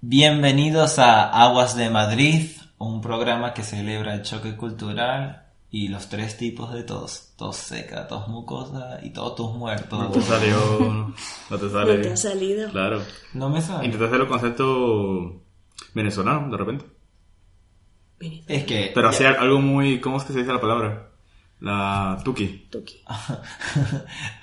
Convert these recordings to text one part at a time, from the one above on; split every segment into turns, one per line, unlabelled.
Bienvenidos a Aguas de Madrid, un programa que celebra el choque cultural y los tres tipos de tos. Tos seca, tos mucosa y todos tus
No
muertos.
te salió. No te sale.
No te ha salido.
Claro.
No me sale.
Intenté hacer los conceptos venezolanos de repente.
Es que...
Pero
ya-
hacer algo muy. ¿Cómo es que se dice la palabra? La tuki.
Tuki.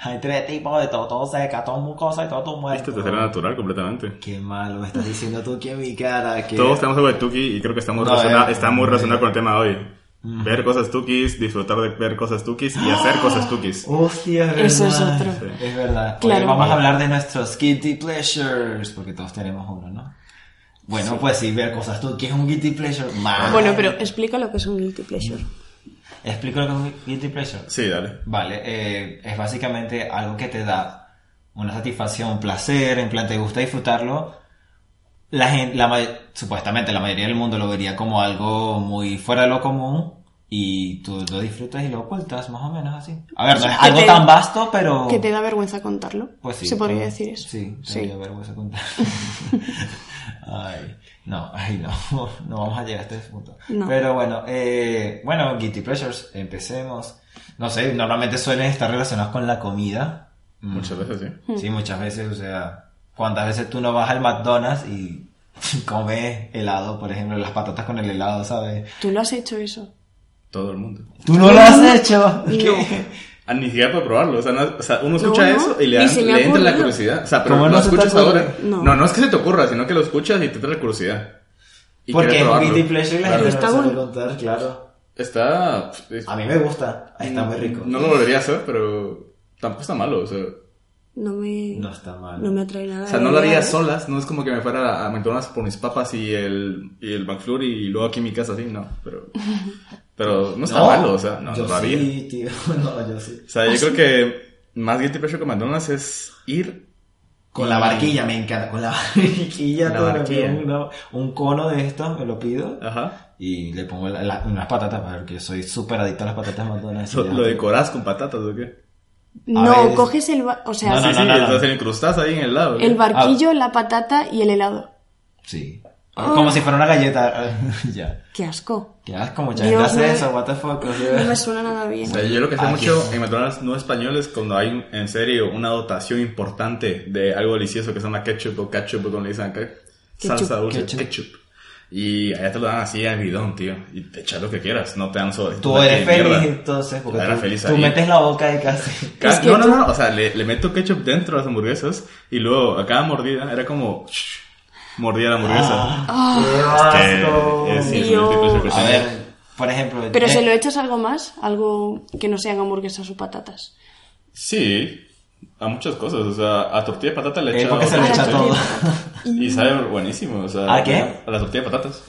Hay tres tipos de tos, tos seca, tos mucosa y todos tus
Este te sale
muertos.
natural completamente.
Qué mal, me estás diciendo tú que en mi cara que...
Todos estamos sobre tuki y creo que estamos
No,
relacionados,
eh,
estamos
eh.
relacionados con el tema de hoy.
Mm.
Ver cosas tukis, disfrutar de ver cosas tukis y hacer cosas tukis.
Hostia, es verdad.
Eso es otro.
Sí.
Es verdad. Hoy
Claro.
vamos a hablar de nuestros guilty pleasures, porque todos tenemos uno, ¿no? Bueno, pues sí, ver cosas. ¿Tú qué es un guilty pleasure? Mal.
Bueno, pero explica lo que es un guilty pleasure.
Explico lo que es un guilty pleasure.
Sí, dale.
Vale, eh, es básicamente algo que te da una satisfacción, un placer, en plan te gusta disfrutarlo. La gente, la may- supuestamente la mayoría del mundo lo vería como algo muy fuera de lo común y tú lo disfrutas y lo ocultas, más o menos así. A ver, no es
Que
algo
te-
tan vasto, pero...
Que te da vergüenza contarlo.
Oh. Pues sí.
Se podría
eh,
decir eso.
Sí,
Sí.
sí. vergüenza contar. ay, no, ay, no. No vamos a llegar a este punto.
No.
Pero bueno, eh, bueno, Guilty Pleasures, empecemos. No sé, normalmente suelen estar relacionados con la comida. Mm,
Muchas veces, sí.
Hmm.
Sí, muchas veces, o sea, cuántas veces tú no vas al McDonald's y comes helado, por ejemplo, las patatas con el helado, ¿sabes?
¿Tú lo has hecho eso?
Todo el mundo.
¡Tú no lo has hecho! ¿Qué?
Ah, Ni siquiera para probarlo. O sea, no- o sea, uno escucha
No, no,
eso y le,
ni
dan-
se me
le entra la
ocurrió.
curiosidad. O sea, pero
¿Cómo
lo
no se te
escuchas
ocurre?
ahora. No.
No.
no, es que se te ocurra, sino que lo escuchas y te entra la curiosidad. Y
Porque es
quieres
un
probarlo.
Guilty Pleasure y la gente
Claro.
no
Está
lo sabe
bueno.
contar, claro.
Está. pff, es-
A mí me gusta, está muy rico.
No lo volvería a hacer, pero tampoco está malo. O sea,
No me.
No está mal.
no me atrae nada. ¿eh?
o sea no lo haría
harías
solas. No es como que me fuera a McDonald's por mis papas y el, y el McFlurry y luego aquí en mi casa, así, no. Pero, pero no está malo, o sea, no,
yo
no lo haría.
sí, tío. No, yo sí.
O sea, yo creo que más guilty pleasure que McDonald's es ir
Con la barquilla me encanta. Con la barquilla,
La
todo, me
barquilla.
pido una- un cono de estos, me lo pido.
Ajá.
Y le pongo la- la- unas patatas, porque yo soy súper adicto a las patatas McDonald's.
So-
Ya.
¿Lo decorás con patatas o qué?
A
No,
ver.
coges el. ba- O
No,
sea,
sí,
no, Ah.
sí,
no, no.
entonces le incrustás ahí en el lado.
el barquillo, la patata y el helado.
Sí. Como si fuera una galleta. ya.
¡Qué asco!
Qué asco, mucha
Dios,
gente hace
no-
eso, what the fuck. o sea.
No me suena nada bien.
O sea, yo lo que sé
Ah,
mucho
sí.
en McDonald's no españoles cuando hay un- en serio una dotación importante de algo delicioso que se llama ketchup o ketchup o como le dicen acá. Salsa dulce,
Ketchup.
ketchup. Y allá te lo dan así al bidón, tío. Y te echas lo que quieras, no te dan sobre.
Tú eres feliz entonces, porque
Era
tú,
feliz
tú
ahí.
metes la boca de casi.
Ca-
Es que
no, no,
tú-
no, o sea, le, le meto ketchup dentro de las hamburguesas y luego a cada mordida era como shh, mordía la hamburguesa.
Ah, ¡Qué asco!
Que- es- Pues es un
Dios.
guilty pleasure que
A
tengo.
ver, por ejemplo.
Pero
eh,
se lo echas algo más, algo que no sean hamburguesas o patatas.
Sí, a muchas cosas. O sea, a tortilla de patata le
Eh,
echa.
porque se
A
le
la
echa
tortilla
todo.
de patata.
Y sabe buenísimo. O sea,
¿A qué?
A la tortilla de patatas.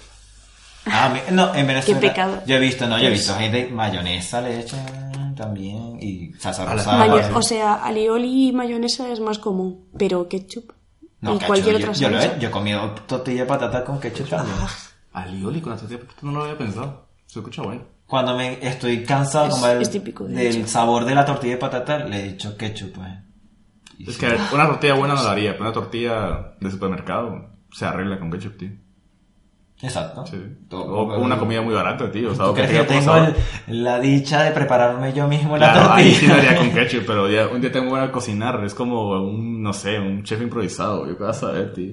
Ah, me- no, en Venezuela.
Qué pecado.
Yo he visto, no, yo he visto gente mayonesa le echan también y salsa
A la
rosada.
Mayo-
vale.
o sea, alioli y mayonesa es más común, pero ketchup
No,
y
cacho,
cualquier Ah.
yo,
otra
yo, lo
salsa.
he, yo he comido tortilla de patata con ketchup también.
Alioli con la tortilla de patatas no lo había pensado. Se escucha bueno.
Cuando me estoy cansado de
Es-
comer
es típico, de
del
hecho.
sabor de la tortilla de patata, le echo ketchup, pues.
Es que a ver, una tortilla buena no la haría, pero una tortilla de supermercado se arregla con ketchup, tío.
Exacto.
Sí.
Todo-
O una comida muy barata, tío. O sea,
¿Tú
o que
crees que yo
tenga
tengo
sabor.
el- la dicha de prepararme yo mismo la
Claro, ahí sí lo haría
tortilla?
con ketchup, pero ya, un día tengo que a cocinar. Es como un, no sé, un chef improvisado. Yo qué vas a ver, tío.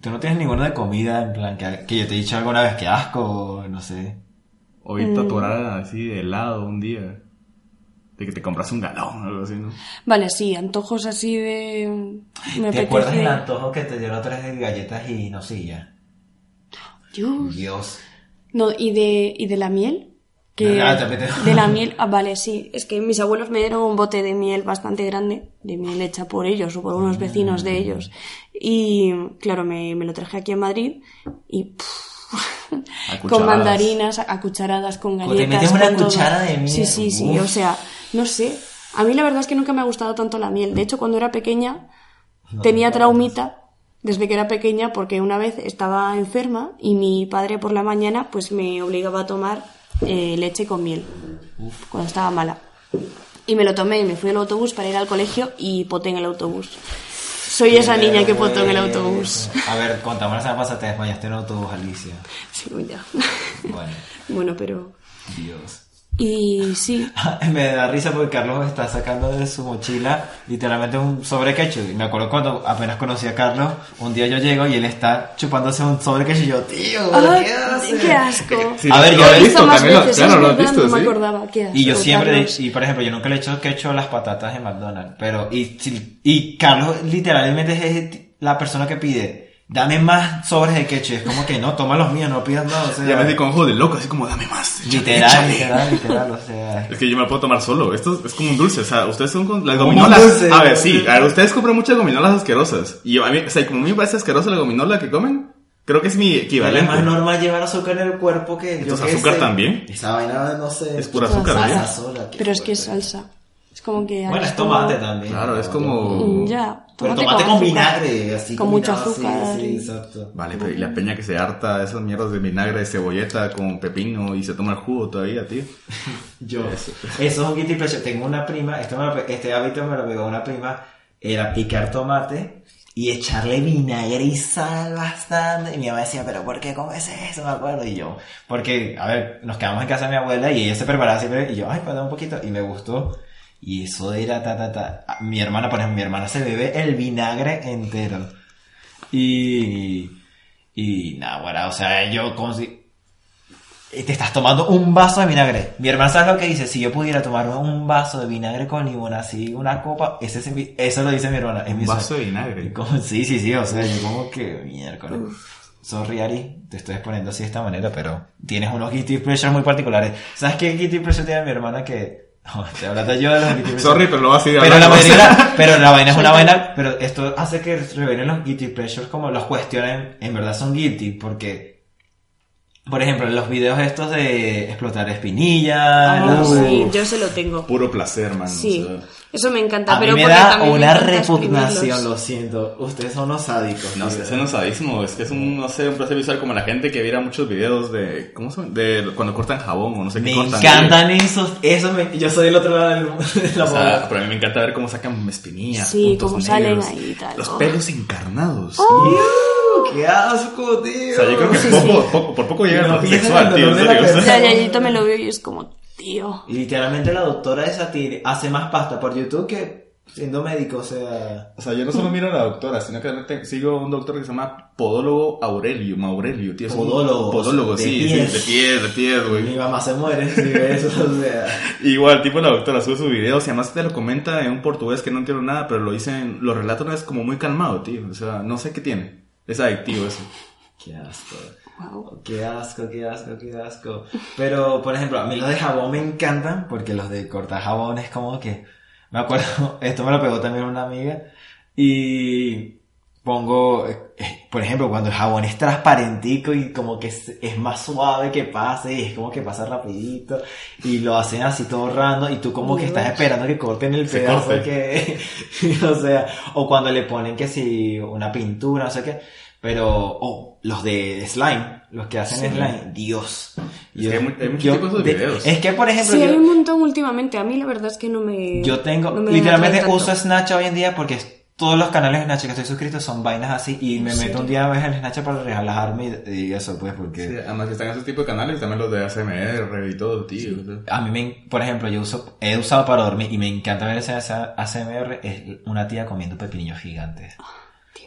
Tú no tienes ninguno de comida, en plan, que, que yo te he dicho alguna vez que asco, no sé.
O irte a atorar así de helado un día. De que te compras un galón o algo así, ¿no?
Vale, sí, antojos así de... Me
¿Te acuerdas
apetece-
del antojo que te dio la otra vez de galletas y nocilla?
Dios.
Dios.
No, ¿y de, y de la miel? Que-
Ah, te apetece.
de la miel, ah, vale, sí. Es que mis abuelos me dieron un bote de miel bastante grande, de miel hecha por ellos o por unos vecinos de ellos. Y claro, me, me lo traje aquí a Madrid y pff,
A
con
cucharadas.
mandarinas, a cucharadas, con
Como te
galletas.
metes una
con todo.
cuchara de miel.
Sí, sí, sí.
Uf.
O sea, no sé. A mí la verdad es que nunca me ha gustado tanto la miel. De hecho, cuando era pequeña,
No
tenía
te
traumita desde que era pequeña porque una vez estaba enferma y mi padre por la mañana pues me obligaba a tomar eh, leche con miel cuando estaba mala. Y me lo tomé y me fui al autobús para ir al colegio y poté en el autobús. Soy esa niña que potó en el autobús.
A ver, contame la semana pasada, te desmayaste en el autobús, Alicia.
Sí, ya.
Bueno,
bueno, pero...
Dios.
Y sí,
Me da risa porque Carlos está sacando de su mochila literalmente un sobre ketchup. Y me acuerdo cuando apenas conocí a Carlos, un día yo llego y él está chupándose un sobre ketchup. Y yo, tío,
Ay,
¿qué haces?
qué asco.
A ver, yo
lo
he
he
visto
Esa
visto
más
también. lo-
veces,
Claro,
es
lo has
verdad,
visto,
no me
sí.
acordaba. qué
Y yo
asco,
siempre,
Carlos.
y por ejemplo, yo nunca le he hecho ketchup a las patatas de McDonald's, pero, y, y Carlos literalmente es la persona que pide, dame más sobres de ketchup, es como que no, toma los míos, no pidas nada, o sea,
Ya me di con ojo de loco, así como, dame más. échale,
literal,
échale".
literal, literal, o sea,
Es que yo me lo puedo tomar solo. Esto es, es como un dulce. O sea, ustedes son con las
Como un
gominolas.
dulce.
a ver, sí. A ver, ustedes compran muchas gominolas asquerosas. Y yo, a mí, o sea, como a mí me parece asquerosa la gominola que comen, creo que es mi
es más
equivalente.
normal llevar azúcar en el cuerpo que yo
Entonces,
qué
pues. azúcar
sé.
también.
Esa vaina, no sé.
Es pura
Toda
azúcar,
salsa.
¿verdad?
sola, qué
Pero es que es
fuerte.
salsa. Es como que...
¿eh? Bueno,
hagas
es tomate
como-
también.
Claro, es como.
Mm, Ya,
Pero tomate con
azúcar.
vinagre, así
Con mucho
combinado, sí,
azúcar.
Sí,
y-
exacto.
Vale, pero y la peña que se harta de esas mierdas de vinagre, de cebolleta con pepino y se toma el jugo todavía, tío.
Yo, eso, es un guilty pleasure. Tengo una prima, este, me lo pe- este hábito me lo pegó una prima, era picar tomate y echarle vinagre y sal bastante. Y mi mamá decía, pero ¿por qué comes eso? Me acuerdo. Y yo, porque, a ver, nos quedamos en casa de mi abuela y ella se preparaba siempre. Y yo, ay, pues dame un poquito. Y me gustó. Y eso de ir a ta, ta, ta. Ah, Mi hermana, por ejemplo, mi hermana se bebe el vinagre entero. Y... Y nada, bueno, o sea, yo como si... Eh, Te estás tomando un vaso de vinagre. Mi hermana sabe lo que dice. Si yo pudiera tomar un vaso de vinagre con limón así, una copa, ese es mi- eso lo dice mi hermana. Es mi
Un vaso
sueño.
de vinagre.
Como- sí, sí, sí. O sea, yo como que miércoles. Sorry, Ari, te estoy exponiendo así de esta manera, pero tienes unos guilty pleasures muy particulares. ¿Sabes qué guilty pleasure tiene mi hermana que... No, te hablaste yo de los guilty pleasures.
Sorry, pero lo vas a ir
Pero la,
hablando.
vaina, pero la vaina es una vaina, pero esto hace que revelen los guilty pleasures como los cuestionen, en verdad son guilty, porque, por ejemplo, los videos estos de explotar espinillas,
Ah,
los-
sí, yo se lo tengo.
Puro placer, man.
Sí,
o sea.
eso me encanta.
a mí
pero
me
porque
da
también me
una
encanta
repugnación,
exprimirlos.
lo siento, ustedes son los sádicos.
No,
tío.
es que ese no es sadismo, es que es un, no sé, un placer visual como la gente que viera muchos videos de, ¿cómo se llama? De cuando cortan jabón o no sé qué
me
cortan.
encantan esos, eso me- yo soy del otro lado del mundo. de la
O sea,
bola.
pero a mí me encanta ver cómo sacan espinillas.
Sí,
puntos
cómo salen
negros,
ahí Oh, y tal.
Los
Oh.
pelos encarnados.
¡Qué asco, tío!
O sea, yo creo que poco, poco, por poco llega
No,
a lo
piensa en
sexual,
el
tío. en
dolor de la
serio.
cabeza.
Ya, ya, yo me lo veo y es como, tío.
Literalmente la doctora esa tiene, hace más pasta por YouTube que siendo médico, o sea...
O sea, yo no solo miro a la doctora, sino que realmente sigo a un doctor que se llama Podólogo Aurelio, Aurelio, tío. es un-
Podólogo,
Podólogo,
de
sí, sí,
pies.
de pies, de pies,
Mi
güey.
mamá se muere si ve eso, o sea.
Igual, tipo la doctora sube sus videos y además te lo comenta en un portugués que no entiendo nada, pero lo dicen, lo relata una vez como muy calmado, tío. O sea, no sé qué tiene. Es adictivo eso.
Qué asco.
Wow.
Qué asco, qué asco, qué asco. Pero, por ejemplo, a mí los de jabón me encantan porque los de cortar jabón es como que. Me acuerdo, esto me lo pegó también una amiga. Y pongo, eh, eh, por ejemplo, cuando el jabón es transparentico y como que es, es más suave que pase, y es como que pasa rapidito, y lo hacen así todo random, y tú como que estás esperando que corten el
Se
pedazo
corte.
que, o sea, o cuando le ponen que si una pintura, no sé qué, pero, oh, los de slime, los que hacen slime, Dios.
Es que hay mu- hay muchos tipos de videos.
Es que, por ejemplo,
Sí,
yo-
hay un montón últimamente. A mí la verdad es que no me.
yo tengo,
no me
literalmente
atrae
uso
tanto.
Snapchat hoy en día porque es- todos los canales de Snapchat que estoy suscrito son vainas así y me meto un día a ver el Snapchat para relajarme y, y eso pues porque
Sí, además que están esos tipos de canales, también los de ASMR y todo, tío. o sea.
a mí, me, por ejemplo, yo uso, he usado para dormir y me encanta ver ese ASMR es una tía comiendo pepinillos gigantes.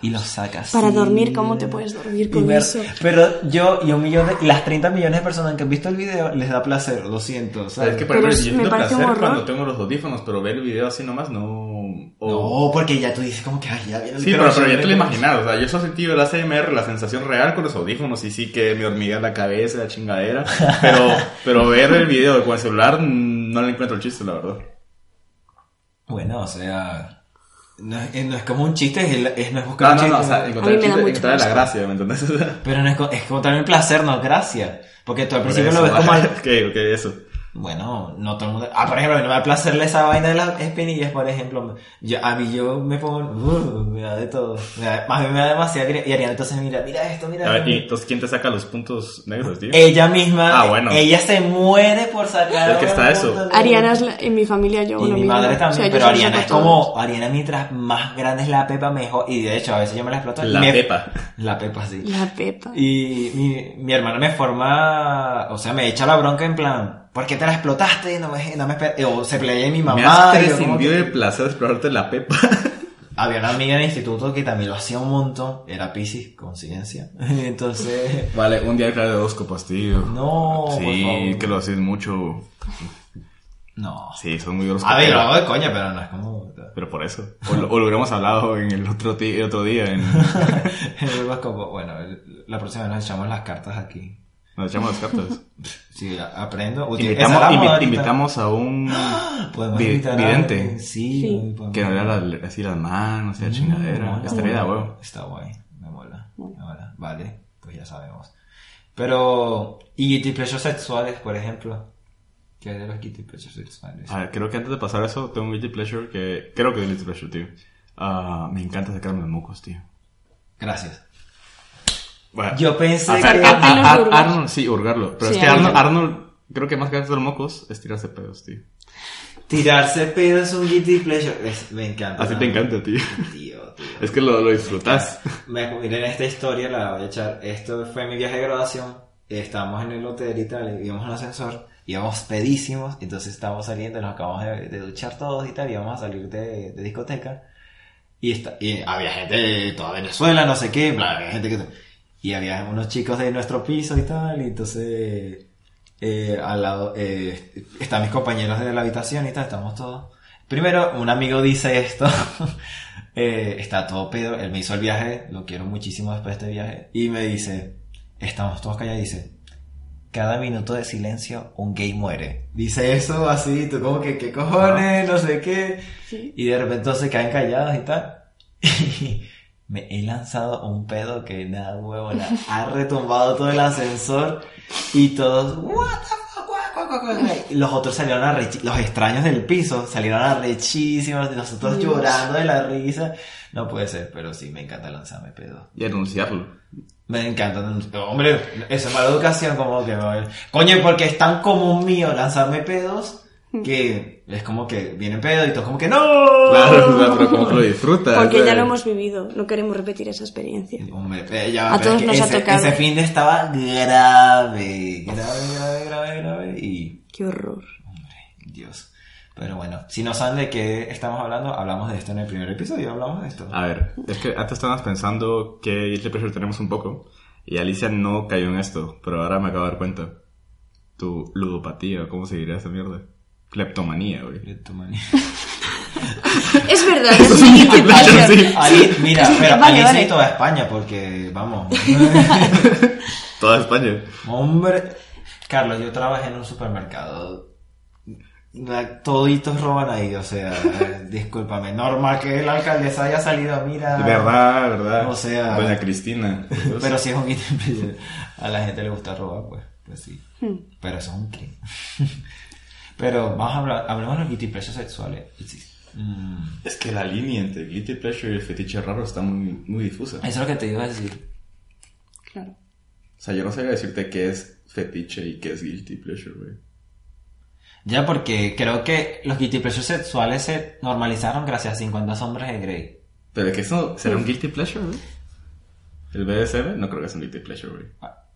y los sacas.
Ah, Para dormir, ¿cómo te puedes dormir con eso?
Pero yo y un millón de- y las 30 millones de personas que han visto el video les da placer, lo siento, ¿sabes?
Es que para
Pero
mí
es-
yo
me
siento
parece un
placer
horror.
cuando tengo los audífonos, pero ver el video así nomás no. o-
No, porque ya tú dices como que, ay, ya viene el
Sí, pero, pero
crossover.
ya te lo imaginas, o sea, yo eso he sentido el ACMR, la sensación real con los audífonos y sí que me hormiguea la cabeza, la chingadera, pero, pero ver el video con el celular mm, no le encuentro el chiste, la verdad.
Bueno, o sea, no es, eh, no es como un chiste, es, el- es- no es buscar
Ah, No,
un chiste.
no, no, o sea,
A mí
encontrar
me
el
da
chiste,
mucho
encontrar la
gusto.
gracia, ¿me entendés? O sea,
Pero no es, co- es como también placer, no gracia. Porque tú al
por
principio
eso,
Pues lo ves como
ah,
al-
Ok, ok, eso.
Bueno, no todo el mundo... Ah, por ejemplo, a mí no me da placer esa vaina de las espinillas, por ejemplo. Yo, a mí yo me pongo... uh, me da de todo. Me da- a mí me da demasiada... gri- Y Ariana entonces mira, mira esto, mira
A ver,
esto.
y entonces, ¿quién te saca los puntos negros, tío?
Ella misma...
Ah, bueno.
Ella se muere por sacar...
Es que está
un
eso.
punto de-
Ariana es la- en mi familia yo
Y
lo
mi
mismo.
madre también,
O sea, yo
pero
se los
Ariana es
saco todos.
como... Ariana mientras más grande es la pepa, mejor. Y de hecho, a veces yo me la exploto.
La
Me-
pepa.
La pepa, sí.
La Pepa.
Y mi, mi hermana me forma, o sea, me echa la bronca en plan, ¿por qué te la explotaste? No me, no me esper- O se peleé mi mamá.
Me has
y yo como
prescindido
que-
de placer explorarte la pepa.
Había una amiga en el instituto que también lo hacía un montón, era Pisces, coincidencia. Entonces,
Vale, un día claro de dos copas, tío.
No,
Sí,
por favor.
que lo haces mucho.
no.
Sí, son muy duros.
A ver, lo
coperos.
hago de coña, pero no es como...
Pero por eso. O lo, o lo hubiéramos hablado en el otro, ti- el otro día. En...
El horóscopo, bueno, el- la próxima vez nos echamos las cartas aquí.
Nos echamos las cartas.
Sí, a- aprendo. Util- esa es la
invitamos,
moda
invi-
ahorita.
invitamos a un
Podemos
vi-
invitar a
vidente.
alguien, Sí,
Sí.
podemos-
que nos lea la- así las manos y la
Mm,
chingadera.
mola,
Estaría de
mola.
huevo.
Está guay, me mola, me mola. Vale, pues ya sabemos. Pero, y guilty pleasures sexuales, por ejemplo. ¿Qué hay de los guilty pleasures sexuales?
A ver, creo que antes de pasar eso, tengo un guilty pleasure que. Creo que es guilty pleasure, tío. Ah, me encanta sacarme los mocos, tío.
Gracias.
Bueno,
Yo pensé
a-
que-
a- a-
Sacártelos,
a-
hurgar.
Arnold, sí, hurgarlo. Pero
Sí,
es que
Arnold.
Arnold, Arnold, creo que más que hacer los mocos es tirarse pedos, tío.
Tirarse pedo es un guilty pleasure. Es- me encanta.
Así te encanta, tío.
Tío, tío.
Es que lo, lo disfrutas.
Me miren esta historia, la voy a echar. Esto fue mi viaje de graduación. Estábamos en el hotel y tal, y íbamos en el ascensor, íbamos pedísimos, entonces estábamos saliendo, nos acabamos de, de duchar todos y tal, íbamos a salir de, de discoteca. Y, esta- y había gente de toda Venezuela, no sé qué, en plan, había gente que... Y había unos chicos de nuestro piso y tal, y entonces eh, al lado eh, están mis compañeros de la habitación y tal, estamos todos. Primero, un amigo dice esto, eh, está todo pedo, él me hizo el viaje, lo quiero muchísimo después de este viaje, y me dice, estamos todos callados, dice, cada minuto de silencio un gay muere. Dice eso así, tú como que, ¿qué cojones? No sé qué.
Sí.
Y de repente se caen callados y tal. Y me he lanzado un pedo que nada, huevona. Ha retumbado todo el ascensor y todos, "What the fuck, guau, guau, guau, guau". Y Los otros salieron arrechi- los extraños del piso salieron arrechísimos, y nosotros
Dios.
llorando de la risa. No puede ser, pero sí, me encanta lanzarme pedo.
Y anunciarlo.
Me encanta. Hombre, eso es mala educación, como que no. Coño, porque es tan común mío lanzarme pedos que es como que viene pedo y todo como que no.
Claro, claro, pero como que lo disfrutas.
Oh. Porque ya
¿sabes?
lo hemos vivido, no queremos repetir esa experiencia.
Hombre, eh, ya,
A
pero es
todos
que
nos ha
ese,
tocado.
Ese fin de estaba grave, grave, grave, grave, grave. Y,
Qué horror.
Dios. Pero bueno, si no saben de qué estamos hablando, hablamos de esto en el primer episodio, hablamos de esto.
A ver, es que antes estábamos pensando que guilty pleasure tenemos un poco. Y Alicia no cayó en esto, pero ahora me acabo de dar cuenta. Tu ludopatía, ¿cómo se diría esa mierda? Cleptomanía, güey.
Cleptomanía.
Es verdad,
es un guilty pleasure, sí.
Ali- mira,
Sí,
pero
vale,
Ali
vale.
sí toda España, porque vamos.
Toda España.
Hombre, Carlos, yo trabajé en un supermercado. Na- Toditos roban ahí, o sea, eh, discúlpame. Normal que la alcaldesa haya salido a mirar.
De verdad, verdad.
O sea-
Doña Cristina.
Pero si es un guilty pleasure. A la gente le gusta robar, pues, pues sí.
Hmm,
Pero eso es un crimen. Pero vamos a hablar, hablemos de los guilty pleasures sexuales. Sí. Mm,
Es que la línea entre guilty pleasure y el fetiche raro está muy, muy difusa.
Eso es lo que te iba a decir.
Claro.
O sea, yo no sabía decirte qué es fetiche y qué es guilty pleasure, güey.
Ya porque creo que los guilty pleasures sexuales se normalizaron gracias a 50 sombras de Grey.
Pero que eso será un guilty pleasure, güey. El BDSM no creo que sea un guilty pleasure, güey.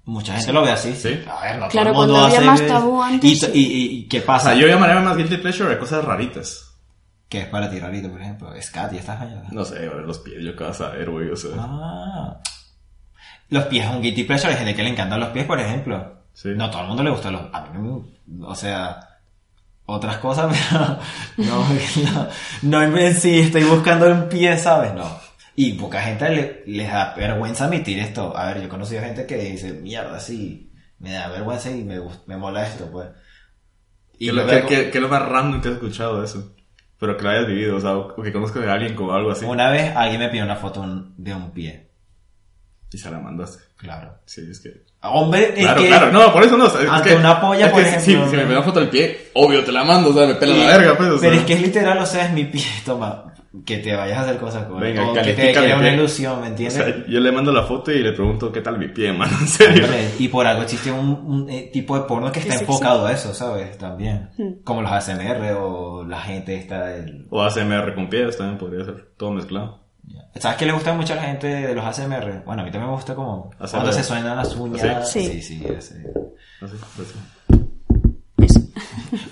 Mucha gente lo ve así.
Sí.
A ver, no
Claro,
todo el mundo
cuando había
hace
más
eso.
tabú antes,
Y, y, y- y qué
O
pasa?
sea, yo llamaría más guilty pleasure a cosas raritas.
¿Qué es para ti, Rarito, por ejemplo? Scat, ya estás bañada.
No sé, a ver los pies, yo qué vas a saber, güey, o sea.
Ah. Los pies, un guilty pleasure. Hay gente que le encantan los pies, por ejemplo.
Sí.
No, a todo el mundo le gustan los... A mí no me- O sea... Otras cosas, pero... No, no, no en sí, estoy buscando el pie, ¿sabes? No. Y poca gente le- les da vergüenza admitir esto. A ver, yo he conocido gente que dice, mierda, sí, me da vergüenza y me, gust- me mola esto, pues.
¿Qué,
yo
lo,
veo
qué- qué- qué es lo más random que has escuchado de eso? Pero que lo hayas vivido, o sea, o que conozcas a alguien como algo así.
Una vez alguien me pidió una foto un- de un pie.
Y se la mandaste.
Claro.
Sí, es que...
Hombre, es
Claro,
que-
claro, no, por eso no. o sea, Es
Ante
que,
una polla,
es
por
que si-
ejemplo,
Si, me
¿no?
me da foto del pie, obvio te la mando, o sea, me pela la verga, pues. o
Pero
sea.
es que es literal, o sea, es mi pie. Toma, que te vayas a hacer cosas con
Venga,
o que te
califica mi
crea una
pie.
ilusión, ¿me
O
entiendes?
sea, yo le mando la foto y le pregunto qué tal mi pie, mano, en serio.
Hombre, y por algo existe un, un, eh, tipo de porno que está
Es sexy.
enfocado a eso, ¿sabes? También.
Hmm.
Como los ASMR o la gente está del...
O ASMR con pies también podría ser, todo mezclado.
¿Sabes qué le gusta mucho a la gente de los ASMR? Bueno, a mí también me gusta como...
ASMR.
Cuando se suenan las uñas.
¿Así?
Sí, sí, ese.
Así, así.
Eso.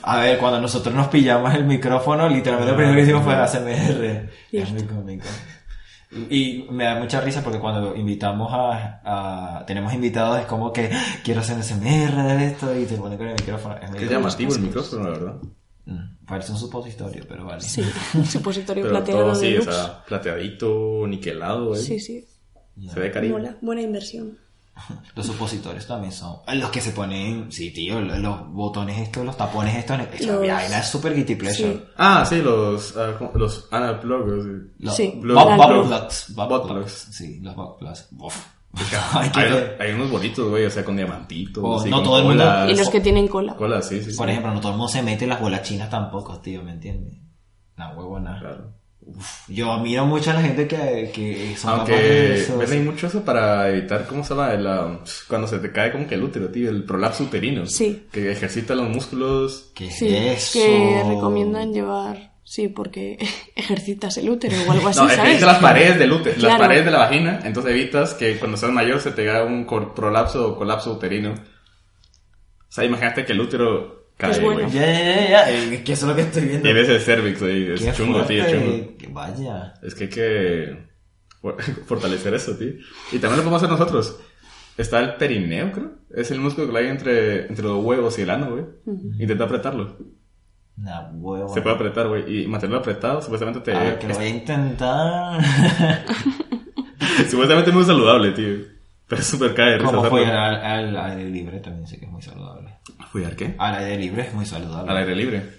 A ver, cuando nosotros nos pillamos el micrófono, literalmente
Ah,
lo primero que hicimos fue ASMR. Es
Cierto.
muy cómico. Y me da mucha risa porque cuando invitamos a, a- tenemos invitados es como que "Ah, quiero hacer ASMR de esto y te ponen con el micrófono. Es muy
Qué
cómico.
llamativo el micrófono, la verdad.
Mm, Parece un supositorio, pero vale.
Sí, un supositorio
Pero
plateado
todo
de
así, o
lux.
sea, plateadito, niquelado, güey.
Sí, sí.
Se ve cariño.
Mola, buena inversión.
Los supositorios también son los que se ponen, sí, tío, los- los botones estos, los tapones estos, esa
Los-
vaina es super guilty pleasure.
Sí.
Ah, sí, los, ah, ¿cómo? los anaplugs.
Los
Sí.
butt-
Blog-
butt
blog-
plugs, butt
butt
plugs.
plugs.
Sí, los butt plugs. Uf. Hay que
Hay,
ver.
hay unos bonitos, güey, o sea, con diamantitos.
Oh,
así,
no
con
todo el mundo.
colas.
Y los que tienen cola.
Colas, sí, sí. sí.
Por ejemplo, no todo el mundo se mete las bolas chinas tampoco, tío, ¿me entiendes? No, huevona.
Claro.
Yo admiro mucho a la gente que, que son capaces de
Aunque
Ah, eso.
venden mucho eso para evitar, ¿cómo se llama? El, ah, cuando se te cae como que el útero, tío, el prolapso uterino.
Sí.
Que ejercita los músculos.
¿Qué es
Sí,
eso?
que recomiendan llevar, sí, porque ejercitas el útero o algo así,
no,
Pues ¿sabes?
ejercita las paredes del útero, las
Claro.
paredes de la vagina. Entonces evitas que cuando seas mayor se te haga un cor- prolapso o colapso uterino. O sea, imagínate que el útero cae,
Es
güey.
bueno.
Ya, ya, ya, ya. eh, Es que eso es lo que estoy viendo.
Y ves el cervix, güey.
Qué
Es chungo, tío, es
fuerte,
chungo.
que Vaya.
Es que hay que for- fortalecer eso, tío. Y también lo podemos hacer nosotros. Está el perineo, creo. Es el músculo que hay entre, entre los huevos y el ano, güey. Intenta apretarlo.
Una huevona.
Se puede apretar, güey. Y mantenerlo apretado, supuestamente te...
A ver, Ah, que lo voy a intentar.
es- supuestamente es muy saludable, tío. Pero es súper caer.
Como fue al, al aire libre también sé que es muy saludable.
¿Fuyar qué?
Al aire libre es muy saludable.
Al aire libre.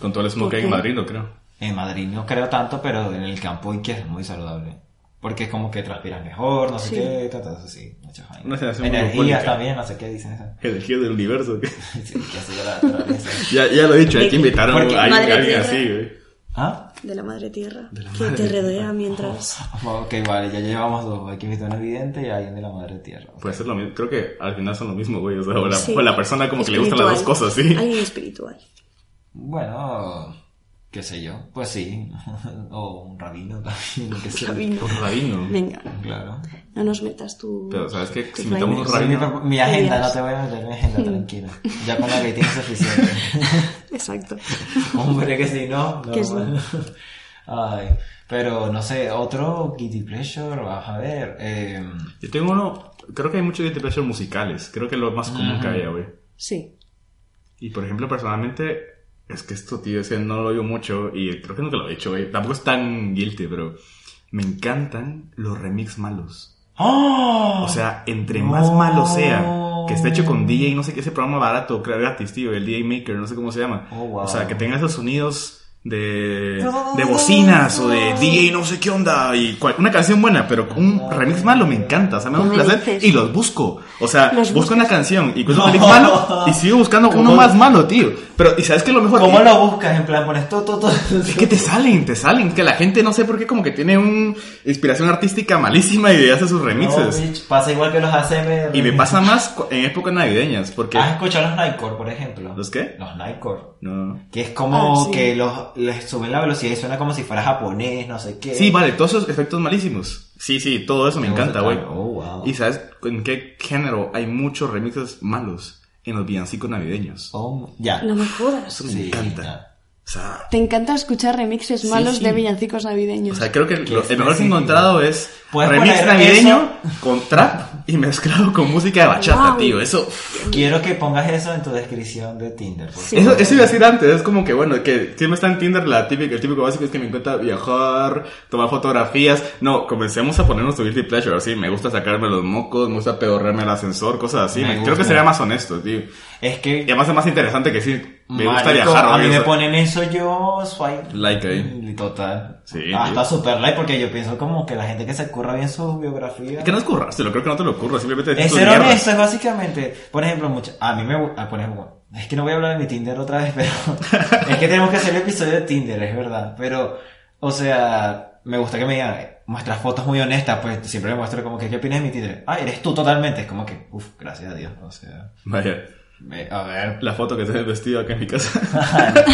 Con todo el smoke
¿Por
que hay en
qué?
Madrid, no creo.
En Madrid no creo tanto, pero en el campo y que es muy saludable. Porque es como que transpiras mejor, no sé
Sí.
qué, tatas así, muchas vainas.
Una sensación
Energías
monopólica.
también, no sé qué dicen eso.
El ejido del universo. que-
Sí, que así de la naturaleza.
ya, ya lo he dicho, hay que invitar a un-
Porque
a alguien
Madrid
alguien
Tierra-
así, güey.
¿Ah?
De la madre tierra, que te rodea mientras...
Oh, Ok, vale, ya llevamos dos. Hay que invitar a un evidente y a alguien de la madre tierra.
Puede ser Pues lo mismo. Creo que al final son lo mismo, güey. O sea, o la,
Sí.
o la persona como que le gustan las dos
Espiritual.
cosas, sí.
Alguien espiritual.
Bueno, qué sé yo, pues sí. o un rabino también, lo que sea.
Rabino.
Un rabino.
Venga,
Claro.
no nos metas tú.
Pero, ¿sabes qué?
tus
Si invitamos a un
vainas.
Sí, mi,
rabino...
mi agenda, no
Dios.
te voy a meter mi agenda, tranquilo. Ya con la que tienes suficiente.
Exacto.
Hombre, que si no, no.
Que sí.
Ay, pero no sé, otro Guilty Pleasure, vas a ver. eh,
Yo tengo uno... Creo que hay muchos guilty pleasure musicales. Creo que es lo más común que haya, güey.
Sí.
Y, por ejemplo, personalmente... Es que esto, tío, es que no lo oigo mucho. Y creo que nunca lo he hecho, güey. Tampoco es tan guilty, pero... Me encantan los remix malos.
¡Oh!
O sea, entre
No.
más malo sea, que esté hecho con DJ, no sé qué, ese programa barato, creo gratis, tío, el DJ Maker, no sé cómo se llama.
Oh, wow.
O sea, que tenga esos sonidos de, de bocinas o de DJ, no sé qué onda, y cual- una canción buena, pero un
Oh.
remix malo me encanta, o sea, me da un
Me
placer
dices.
y los busco. O sea,
Los
busco una canción y busco un
No.
remix malo y sigo buscando uno
¿Cómo?
más malo, tío. Pero, ¿y sabes qué es lo mejor?
¿Cómo
Y-
lo buscas? En plan, pones todo, todo, todo.
es que te salen, te salen. Que la gente no sé por qué como que tiene una inspiración artística malísima y hace sus remixes.
No, bitch, pasa igual que los ACMR.
Y me pasa más cu- en épocas navideñas, porque...
¿Has escuchado los Nightcore, por ejemplo?
¿Los qué?
Los Nightcore.
No.
Que es como
Ah, sí.
que los, les suben la velocidad y suena como si fuera japonés, no sé qué.
Sí, vale, todos esos efectos malísimos. Sí, sí, todo eso
Me
me
gusta
encanta, güey.
tanto. Oh, wow.
Y sabes en qué género hay muchos
Oh.
remixes malos en los villancicos navideños.
Son- ya.
No me jodas.
me
Sí,
encanta.
ya.
O sea,
Te encanta escuchar remixes
Sí,
malos
sí.
de villancicos
o
navideños.
sea creo que lo- el mejor que he
específico.
encontrado es
Puedes
remix
poner
navideño con trap y mezclado con música de bachata,
Wow.
tío. Eso,
Quiero que pongas eso en tu descripción de Tinder. pues. por
Sí.
favor.
eso, eso iba a decir antes. Es como que, bueno, que siempre está en Tinder la típica, el típico básico es que me encanta viajar, tomar fotografías. No, comencemos a ponernos tu guilty pleasure. Así, me gusta sacarme los mocos, me gusta pedorrarme el ascensor, cosas así.
Me
Me- creo
gusta.
que sería más honesto, tío.
Es
Y
que
además es más interesante que sí. Me gusta
marico,
viajar.
A mí
obvio,
me
eso-
ponen eso yo swipe.
Like ahí.
Y Total.
Sí,
Hasta
tío.
super like porque yo pienso como que la gente que se curra bien su biografía.
Es que no es currárselo, creo que no te lo ocurra, simplemente
Es
tus
ser
mierdas.
honesto, es básicamente. Por ejemplo, mucha- a mí me. gu- ah, por ejemplo, es que no voy a hablar de mi Tinder otra vez, pero. es que tenemos que hacer el episodio de Tinder, es verdad. Pero, o sea, me gusta que me digan, eh, muestras fotos muy honestas, pues siempre me muestro como que, ¿qué opinas de mi Tinder? Ah, eres tú totalmente. Es como que, uff, gracias a Dios. O sea,
Vaya,
me- a ver.
la foto que tengo vestido acá en mi casa.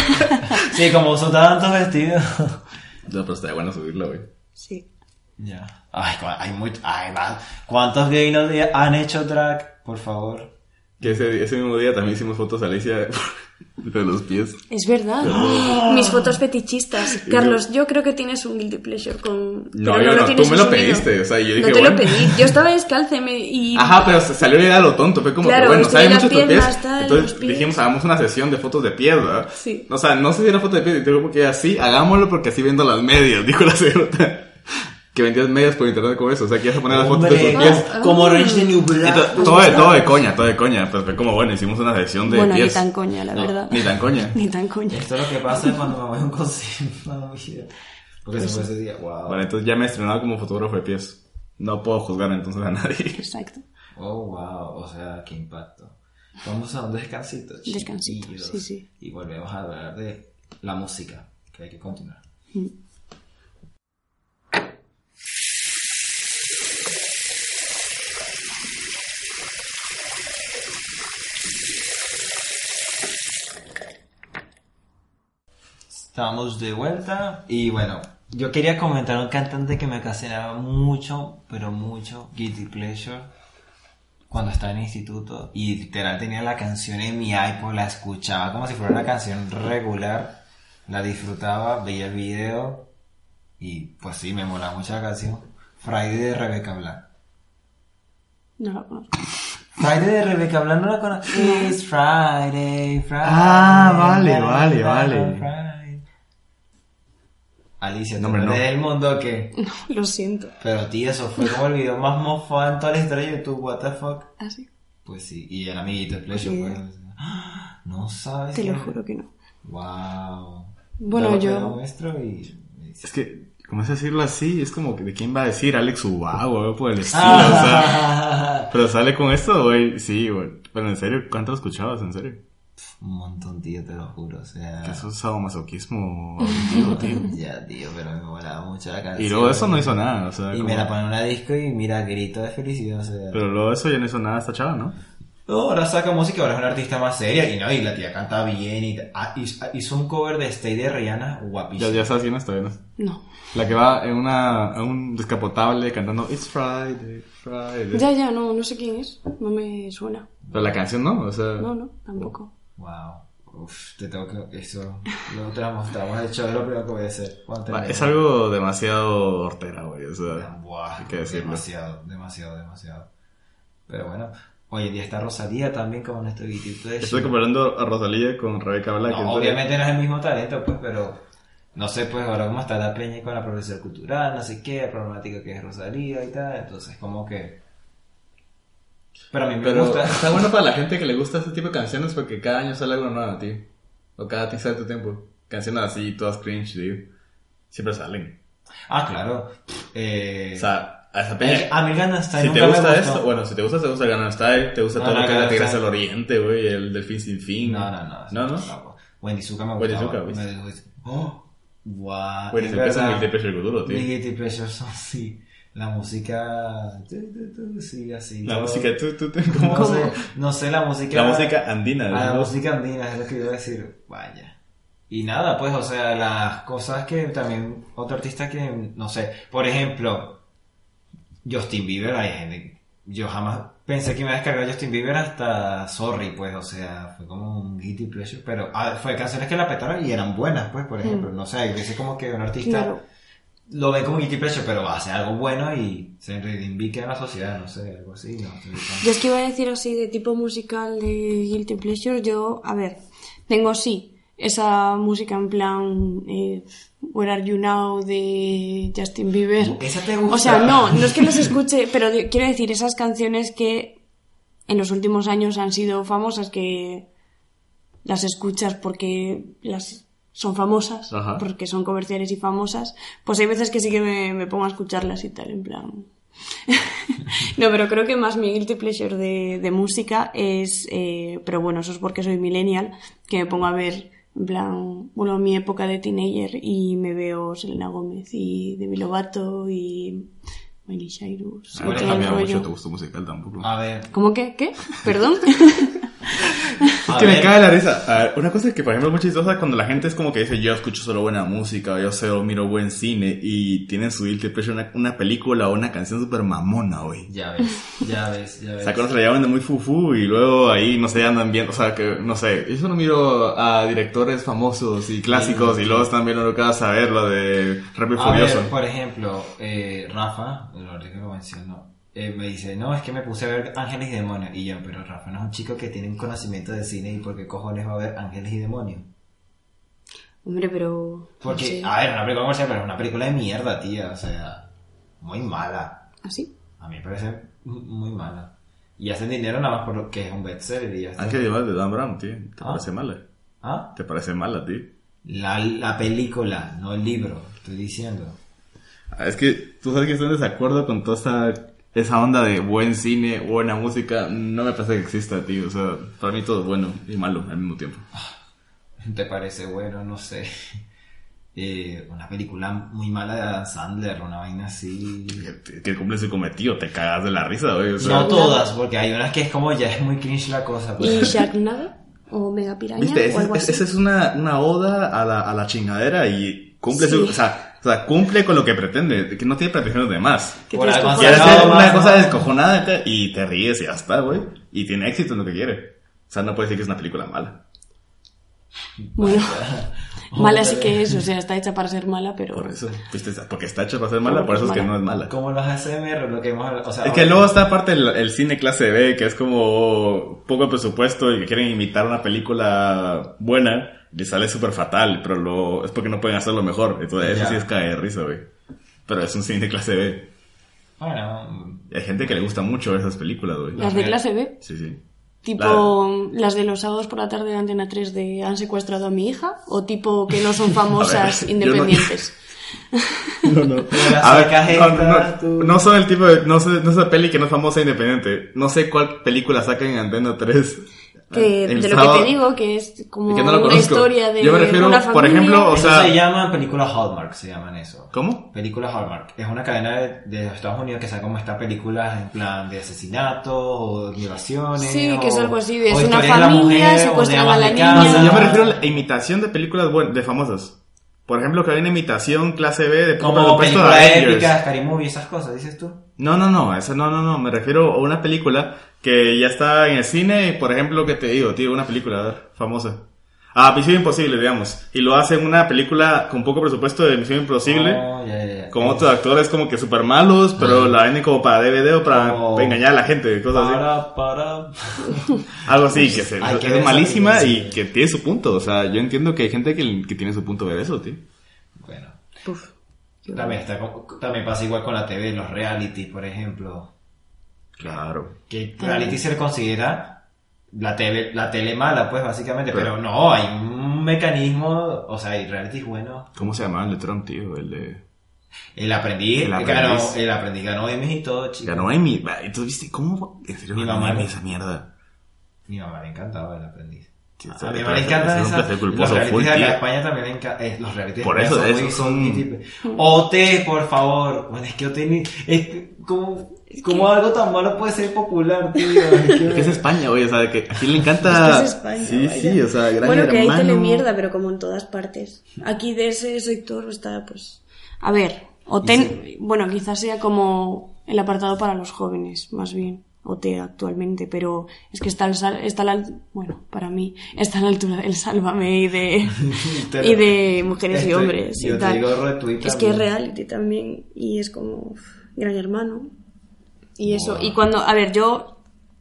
Sí, como uso tantos vestidos.
no, pero estaría bueno subirlo, güey.
Sí.
ya. Ay, cua- hay muy. Ay, va. ¿Cuántos gays no de- han hecho drag? Por favor.
Que ese, ese mismo día también hicimos fotos a Alicia de los pies.
Es verdad. ¡Ah! Mis fotos fetichistas. Carlos, yo creo que tienes un guilty pleasure con...
No,
pero
yo
lo
no,
tienes
tú me lo
asumido.
pediste, o sea, yo dije,
No te
bueno.
lo pedí. Yo estaba descálceme y...
Ajá, pero se- salió la idea a lo tonto, fue como
Claro,
que bueno,
estuve
sabe
las
mucho tus pies.
piernas, tal, los
Entonces
pies.
dijimos, hagamos una sesión de fotos de pies, ¿verdad?
Sí.
O sea, no sé si era foto de pies, y digo que así, hagámoslo porque así viendo las medias, dijo la señorita. Que vendías medias por internet con eso, o sea, que ibas a poner las fotos de
Hombre,
tus pies.
como- como Orange de New Black.
Entonces, todo, de, todo de coña, todo de coña. Pues fue como bueno, hicimos una sesión de
Bueno, ni
pies.
tan coña, la
No,
verdad.
Ni tan coña.
Ni tan coña.
Esto es lo que pasa cuando me voy a un concierto. a mi gira. Porque se fue ese día. Wow.
Bueno, entonces ya me he estrenado como fotógrafo de pies. No puedo juzgar entonces a nadie.
Exacto.
Oh, wow. O sea, qué impacto. Vamos a un descansito.
Descansito,
chiquillos.
sí, sí.
Y volvemos a hablar de la música, que hay que continuar.
Mm.
Estamos de vuelta y bueno, yo quería comentar a un cantante que me ocasionaba mucho, pero mucho guilty pleasure cuando estaba en el instituto y literal tenía la canción en mi iPod, la escuchaba como si fuera una canción regular, la disfrutaba, veía el video y pues sí, me molaba mucho la canción. Friday de Rebecca Black.
No lo conozco.
Friday de Rebecca Black no la conozco. It's Friday, Friday.
Ah, vale,
Friday,
vale, vale.
Friday. Alicia,
No,
no,
hombre, no.
del mundo que.
Lo siento.
Pero tío, eso fue como el video más mofado en toda la historia de YouTube, what the fuck.
Así.
Pues sí, y el amiguito, el pleasure,
Sí.
pues. ¡Ah! No sabes.
Te lo
que-
juro que no.
Wow.
Bueno,
Luego te
yo-
lo muestro y. y dices,
Es que, como es decirlo así, es como que de quién va a decir Alex Ubago, o algo por el estilo, o sea.
¡Ah!
Pero sale con esto, güey. Sí, güey. Pero en serio, ¿cuánto lo escuchabas? En serio.
Un montón, tío, te lo juro. O sea.
Que eso es sadomasoquismo auditivo, tío.
Ya, tío, pero me molaba mucho la canción.
Y luego eso no hizo nada, o sea.
Y
como-
me la ponen en una disco y mira, grito de felicidad. O sea.
Pero luego eso ya no hizo nada esta chava, ¿no?
No, ahora saca música, ahora es una artista más seria. Y no, y la tía canta bien. Y ah, hizo, hizo un cover de Stay de Rihanna,
Ya,
guapísimo.
ya sabes quién es todavía, ¿no?
No.
La que va en una, en un descapotable cantando It's Friday, Friday.
Ya, ya, no, no sé quién es. No me suena.
Pero la canción no, o sea.
No, no, tampoco.
Wow. Uf, te tengo que. Eso. Luego te la mostramos. De hecho, es lo primero que voy a hacer. Cuando
Va,
termine.
Es algo demasiado hortera, güey. O sea,
Buah,
hay que decirlo.
demasiado, demasiado, demasiado. Pero bueno, hoy en día está Rosalía también como nuestro guilty pleasure.
Estoy comparando a Rosalía con Rebeca Black.
No,
entonces-
obviamente no es el mismo talento, pues, pero no sé, pues, ahora cómo está la peña con la profesora cultural, no sé qué, la problemática que es Rosalía y tal, entonces como que... Pero a mí me
Pero
gusta.
está bueno para la gente que le gusta este tipo de canciones porque cada año sale algo nuevo, tío. O cada ti sale tu tiempo. Canciones así, todas cringe, tío. Siempre salen.
Ah, claro. Eh,
O sea, a esa
eh,
peña.
a mí Gangnam Style
Si te
nunca me
gusta
gustó.
esto, bueno, si te gusta, te gusta el Gangnam Style, te gusta
No,
todo
no,
lo que es la
Gangnam
Tigresa
Style.
del Oriente, güey, el Delfín Sin Fin.
No, no, no.
No, no.
tampoco. Wendy Zuka me
Wendy
gustaba.
Zuka, ¿viste?
Me- ¡Oh! Guau.
Güey,
es
se empieza en
verdad.
el Depression Futuro,
Mi
tío.
guilty pleasures son sí, la música, tu, tu, tu, sí, así.
La
todo.
música, tú, tú, tú, ¿cómo?
No sé, no sé la música.
La música andina,
Ah, La
¿no?
música andina es lo que iba a decir. Vaya. Y nada, pues, o sea, las cosas que también otro artista que no sé, por ejemplo, Justin Bieber, hay gente yo jamás pensé que me iba a descargar Justin Bieber hasta Sorry, pues, o sea, fue como un guilty pleasure, pero ah, fue canciones que la petaron y eran buenas, pues, por ejemplo, no sé, yo sé como que un artista
Mm. Claro.
lo ve como guilty pleasure, pero hace algo bueno y se reivindica en la sociedad, no sé, algo así, no sé,
Yo es que iba a decir así de tipo musical de Guilty Pleasure. Yo, a ver, tengo sí esa música en plan eh, Where Are You Now de Justin Bieber.
¿Esa te gusta?
O sea, no, no es que las escuche, pero de- quiero decir esas canciones que en los últimos años han sido famosas, que las escuchas porque las son famosas,
Ajá.
porque son comerciales y famosas, pues hay veces que sí que me, me pongo a escucharlas y tal, en plan... no, pero creo que más mi guilty pleasure de, de música es... eh, pero bueno, eso es porque soy millennial, que me pongo a ver, en plan, bueno, mi época de teenager y me veo Selena Gómez y Demi Lovato y Miley Cyrus. y
Ah, no
todo
has
el
cambiado mucho
rollo.
tu gusto musical tampoco.
A ver,
¿Cómo que? ¿Qué? ¿Perdón?
a
Es que me
ver,
cae la risa. A ver, una cosa que, por ejemplo, es muy chistosa cuando la gente es como que dice, yo escucho solo buena música, yo solo miro buen cine, y tienen su guilty pleasure una, una película o una canción súper mamona, güey.
ya ves, ya ves, ya
O
ves.
sea, cuando se la llaman de muy fufu y luego ahí, no sé, andan viendo, o sea, que, no sé, yo solo miro a directores famosos y clásicos y luego están viendo lo que vas a ver, lo de Rápido y
A ver,
Furioso.
por ejemplo, eh, Rafa, el hombre que lo mencionó, eh, me dice, no, es que me puse a ver Ángeles y Demonios. Y yo, pero Rafa no es un chico que tiene un conocimiento de cine y por qué cojones va a ver Ángeles y Demonios.
Hombre, pero...
Porque,
sí.
a ver, una película comercial, pero es una película de mierda, tía, o sea, muy mala.
¿Así?
A mí me parece muy mala. Y hacen dinero nada más por lo que es un bestseller y ya está.
Ángel y Demonios de Dan Brown, tío. ¿Te
Ah.
parece mala?
¿Ah?
¿Te parece mala, tío?
La, la película, no el libro, estoy diciendo.
Ah, Es que tú sabes que estoy en desacuerdo con toda esa, esa onda de buen cine, buena música. No me parece que exista, tío. O sea, para mí todo es bueno y malo al mismo tiempo.
¿Te parece bueno? No sé. Eh, una película muy mala de Adam Sandler, una vaina así.
Que, que cumple su cometido, te cagas de la risa, güey. O sea,
No todas, porque hay unas que es como ya es muy cringe la cosa.
¿Y
pues.
Sharknado? ¿O Mega Piraña?
Viste,
¿O
esa
algo
es,
así?
esa es una, una oda a la, a la chingadera y cumple su-
Sí.
o sea, o sea, cumple con lo que pretende, que no tiene pretensiones de más.
Que
Por
tienes
algo
que
han
Quiere
sacado
hacer una
más,
cosa
¿no?
descojonada acá y te ríes y ya está, güey. Y tiene éxito en lo que quiere. O sea, no puede decir que es una película mala.
Bueno,
Hombre.
mala sí que es, o sea, está hecha para ser mala, pero...
Por eso, viste, porque está hecha para ser mala, por eso es que
Mala.
no es mala.
Como los ASMR, lo que hemos hablado. O sea,
Es que luego está aparte el, el cine clase B, que es como poco presupuesto y que quieren imitar una película buena, y les sale súper fatal, pero lo, es porque no pueden hacerlo mejor. Entonces,
Ya.
eso sí es caer de risa, güey. Pero es un cine clase B.
Bueno,
Y hay gente que le gusta mucho esas películas, güey.
Las de clase B,
Sí, sí.
tipo las de los sábados por la tarde de Antena 3 de han secuestrado a mi hija, o tipo que no son famosas
yo no-
independientes.
No, no.
Las
A
sacas
ver, no, no,
estas,
no,
tú.
no son el tipo de, no sé, no es la peli que no es famosa e independiente. No sé cuál película sacan en Antena 3.
Que,
El
de lo
sábado-
que te digo, que es como
que no lo
una
conozco.
historia de
Yo me refiero,
una
por ejemplo, O
o sea,
sea-
se llaman películas Hallmark, se llaman eso.
¿Cómo?
Películas Hallmark. Es una cadena de, de los Estados Unidos que saca como estas películas en plan de asesinatos o violaciones.
Sí, que es algo así de
o
es una
historias de la
familia,
mujer, o de
secuestran
amas
a la
de
niña.
casa.
O sea, yo me refiero a la imitación de películas buen- de famosas. Por ejemplo, que hay una imitación clase B de
Como
presupuesto de
películas
Avengers.
épicas, Scary Movie, esas cosas, dices tú.
No, no, no, esa no, no, no. Me refiero a una película que ya está en el cine. y, Por ejemplo, que te digo, tío, una película a ver, famosa. Ah, Misión Imposible, digamos. Y lo hacen una película con poco presupuesto de Misión Imposible.
Oh, ya, ya, ya.
Con otros actores como que super malos, pero la venden como para DVD o para
Como-
engañar a la gente, cosas así.
Para, para.
Algo así, que, se-
Hay que ver
es
esa
malísima
película,
y
sí.
que tiene su punto. O sea, yo entiendo que hay gente que, que tiene su punto de ver eso, tío.
Bueno,
Puf.
también, está, como- también pasa igual con la TV, los realities, por ejemplo.
Claro.
Que reality se le considera la, TV, la tele mala, pues básicamente. Pero, no, hay un mecanismo, o sea, hay realities buenos.
¿Cómo se llamaba el de Trump, tío? El de...
El aprendiz,
El
Ganó,
aprendiz.
el aprendiz ganó Emmys y todo, chico.
Ganó Emmy. Va, Entonces, ¿viste cómo? En serio,
Mi
ganó
mamá.
Emmy esa mierda.
Mi mamá le encantaba el aprendiz.
Sí,
A
está
mi
bien,
mamá le
pero es
encantan
un
esas.
placer culposo
Los realities
full,
de acá
tío.
de España también le encantan. eh, los realities
Por
de
eso,
España
esos
muy-
son-
muy típicos. OT, por favor. Bueno, es que OT ni. Es que, ¿cómo, cómo algo tan malo puede ser popular, tío? Es que-
Es que es España, güey. O sea, que aquí le encanta...
Es que es España,
sí,
vaya.
sí, o sea, gran
Bueno, que hay
hermano.
telemierda, pero como en todas partes. Aquí de ese sector está, pues... A ver, o ten- Bueno, quizás sea como el apartado para los jóvenes, más bien, o TEA actualmente, pero es que está, al sal- está a la, al- bueno, para mí, está a la altura del Sálvame y de,
Te
y
lo-
de mujeres y
Estoy-
hombres.
yo
y
te
tal.
digo, retuita,
es que es
mira.
reality también y es como uf, gran hermano. Y eso, y cuando, a ver, yo,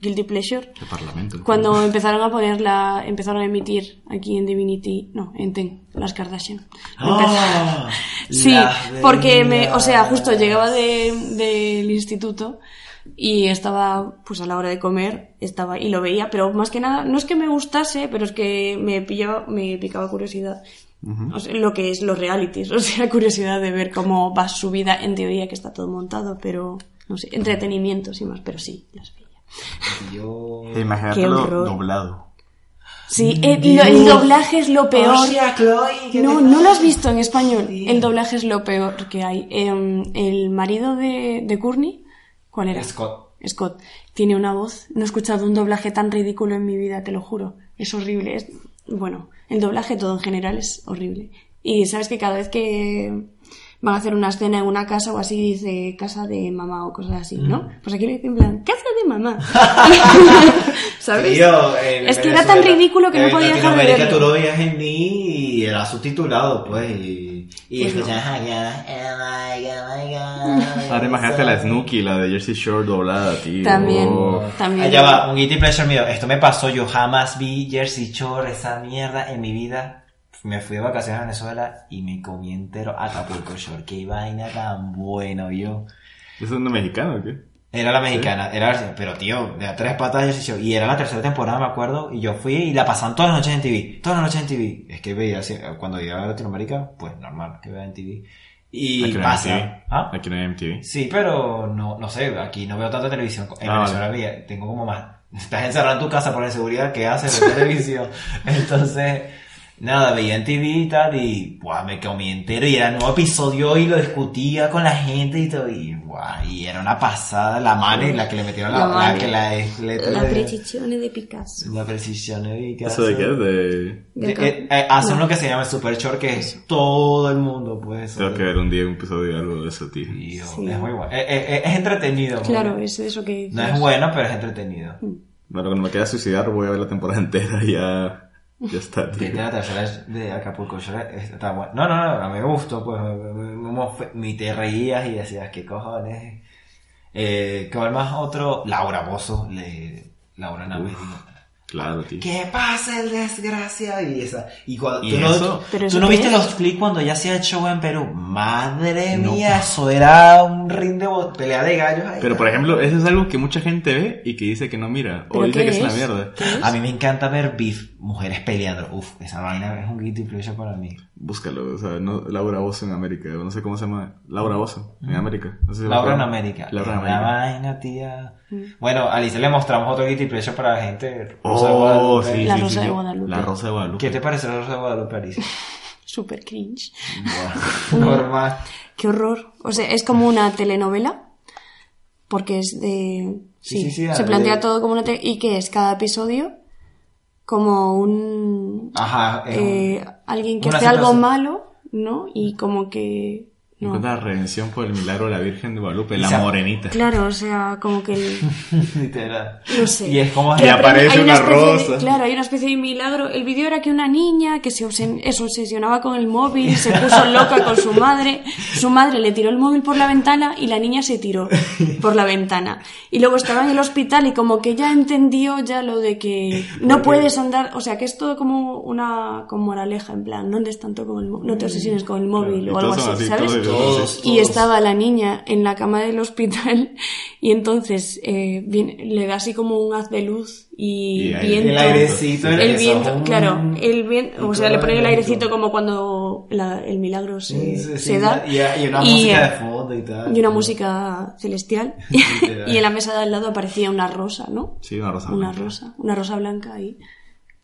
Guilty Pleasure,
El parlamento.
cuando empezaron a ponerla, empezaron a emitir aquí en Divinity, no, en Ten, las Kardashian.
¡Ah!
Sí,
Las
porque me, o sea,
bellas.
justo llegaba de- del instituto y estaba, pues a la hora de comer, estaba y lo veía, pero más que nada, no es que me gustase, pero es que me pillaba, me picaba curiosidad. O sea, lo que es los realities, o sea, curiosidad de ver cómo va su vida, en teoría que está todo montado, pero no sé, entretenimiento, sin más, pero sí, las veía.
Yo...
Qué horror.
doblado.
Sí, eh, lo- el doblaje es
Oh,
lo peor. no, no lo has visto en español. El doblaje es lo peor que hay. Em, el marido de, de Courtney, ¿cuál era?
Scott.
Scott. Tiene una voz. No he escuchado un doblaje tan ridículo en mi vida, te lo juro. Es horrible. es- Bueno, el doblaje todo en general es horrible. Y sabes que cada vez que van a hacer una escena en una casa o así, dice casa de mamá o cosas así, ¿no?
Mm.
Pues aquí le dicen en plan, casa de mamá. ¿Sabes?
Tío, en
es que era tan
Venezuela-
ridículo que no
en
podía dejar de
Latinoamérica
verlo.
tú lo veías en mí y era subtitulado, pues, y... Y
Pues no. Mm.
escuchabas... "Ah, ya, ah, ya, ya, ya".
Ahora imagínate la Snooki, la de Jersey Shore doblada, tío.
También.
Oh.
También.
Allá va, un guilty pleasure mío. Esto me pasó, yo jamás vi Jersey Shore, esa mierda en mi vida. Me fui de vacaciones a Venezuela y me comí entero Acapulco Shore. Qué vaina tan bueno, yo.
¿Es un mexicano o qué?
Era la mexicana, era la versión- pero tío, de a tres patas Jersey Shore. Y era la tercera temporada, me acuerdo, y yo fui y la pasaban todas las noches en TV, todas las noches en TV. Es que veía, así, cuando llegaba a Latinoamérica, pues normal, que vea en TV. Y
Aquí no hay MTV.
pasa. ¿Ah?
Aquí no hay MTV.
Sí, pero no, no sé, aquí no veo tanta televisión. En
Ah,
Venezuela había- tengo como más. Estás encerrado en tu casa por la inseguridad que haces de televisión. Entonces, nada, veía en TV y tal, y buah, me comí entero y era un nuevo episodio y lo discutía con la gente y todo. Y, buah, y era una pasada la mano y la que le metieron la,
La
la,
mano.
que la es letra
Las
de-
precisiones de Picasso.
la precisión. y que
¿Eso de
hace-
qué es? De...
De
Eh,
acá.
eh, eh, hace
No.
uno que se llama Super Short, que es todo el mundo, pues.
Tengo que ver un día un episodio de algo de eso, tío.
Y, oh,
Sí.
Es muy bueno. Eh, eh, eh, es entretenido. muy
Claro, es eso que.
No es bueno, pero es entretenido.
Bueno, cuando me queda suicidar voy a ver la temporada entera y ya... Ya está, tío.
Vete a la tercera es de Acapulco Shore, es- está bueno. No, no, no, a mí me gustó, pues, me- me- me fue- me te reías y decías, ¿qué cojones? Eh, ¿Cuál más otro? Laura Bozo, le, Laura Naves, digo,
Claro, tío.
¿Qué pasa el desgraciado? Y esa. Y cuando,
¿Y
¿tú,
eso?
No,
¿Pero
¿tú
eso
no
qué
viste
es?
los clips cuando ya hacía el show en Perú? Madre mía, eso era un ring de bo- pelea de gallos ahí.
Pero por ejemplo, eso es algo que mucha gente ve y que dice que no mira. O
¿Pero
dice
qué
que es una
es?
mierda.
¿Qué es?
A mí me encanta ver beef, mujeres peleando. Uf, esa vaina es un guilty pleasure para mí.
Búscalo, o sea, no, Laura Bozo en América, o no sé cómo se llama. Laura Bozo en América. No sé si
Laura en
me acuerdo.
América.
Laura en
La
América.
vaina, tía.
Mm.
Bueno, a Alicia le mostramos otro guilty pleasure para la gente. Rosa de
Oh,
Guadalupe.
sí,
La
sí,
Rosa
sí,
de
sí.
Guadalupe.
La Rosa de Guadalupe.
¿Qué te parece la Rosa de Guadalupe, Alicia?
Super cringe.
Normal.
Qué horror. O sea, es como una telenovela. Porque es de.
Sí, sí, sí,
se
de-
plantea todo como una. tele- ¿Y qué es? Cada episodio. Como un.
Ajá. Ah, es un-
eh, alguien que
una
hace algo
situación.
malo, ¿no? Y como que.
Me
No.
encuentra la redención por el milagro de la Virgen de Guadalupe, la
Isa-
morenita.
Claro, o sea, como que. el-
Literal.
No sé.
Y es como.
Y
Que aprende-
aparece
hay
una
especie de-
rosa.
claro, hay una especie de milagro. El vídeo era que una niña que se obsen- eh, se obsesionaba con el móvil, se puso loca con su madre. Su madre le tiró el móvil por la ventana y la niña se tiró por la ventana. Y luego estaba en el hospital y como que ya entendió ya lo de que no puedes andar, o sea, que es todo como una con moraleja en plan, no andes tanto con el móvil, no te obsesiones con el móvil
Y
o algo
todos son
así,
así,
¿sabes?
todos-
Todos,
Y
todos.
estaba la niña en la cama del hospital y entonces eh, viene- le da así como un haz de luz y,
Y aire.
viento.
El airecito.
El
eso,
viento,
mm.
claro, el viento, o sea, le ponen el
Claro.
airecito como cuando la- el milagro se,
Sí, sí,
se
sí,
da.
Y, y una
Y,
música de
eh,
fondo y tal.
y una música celestial.
Literal.
y en la mesa de al lado aparecía una rosa, ¿no?
Sí, una
Ah,
rosa.
Una
blanca.
rosa, una rosa blanca ahí.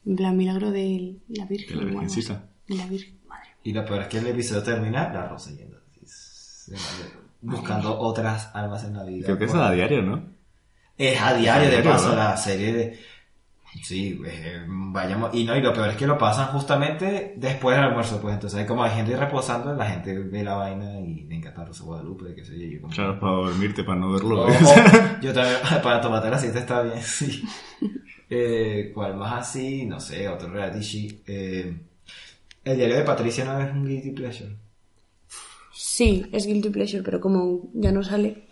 En plan, milagro de la Virgen.
De la
o algo así.
Virgencita.
De la Virgen, madre.
Y lo peor es que el episodio termina la Rosa yendo. así, se va, Buscando otras almas en la vida.
Creo que es
Bueno.
a diario, ¿no?
Es a diario, de
A diario,
paso,
¿no?
la serie de... Sí, eh, vayamos. Y no, y lo peor es que lo pasan justamente después del almuerzo, pues. Entonces, como hay gente reposando, la gente ve la vaina y le encanta Rosa Guadalupe, qué sé yo. yo como-
Claro, para dormirte, para no verlo.
O-
¿eh?
o- yo también, para tomarte la siesta está bien, sí. Eh, ¿Cuál más así? No sé, otro reality show. Eh, el diario de Patricia no es un guilty pleasure.
Sí, es guilty pleasure, pero como ya no sale,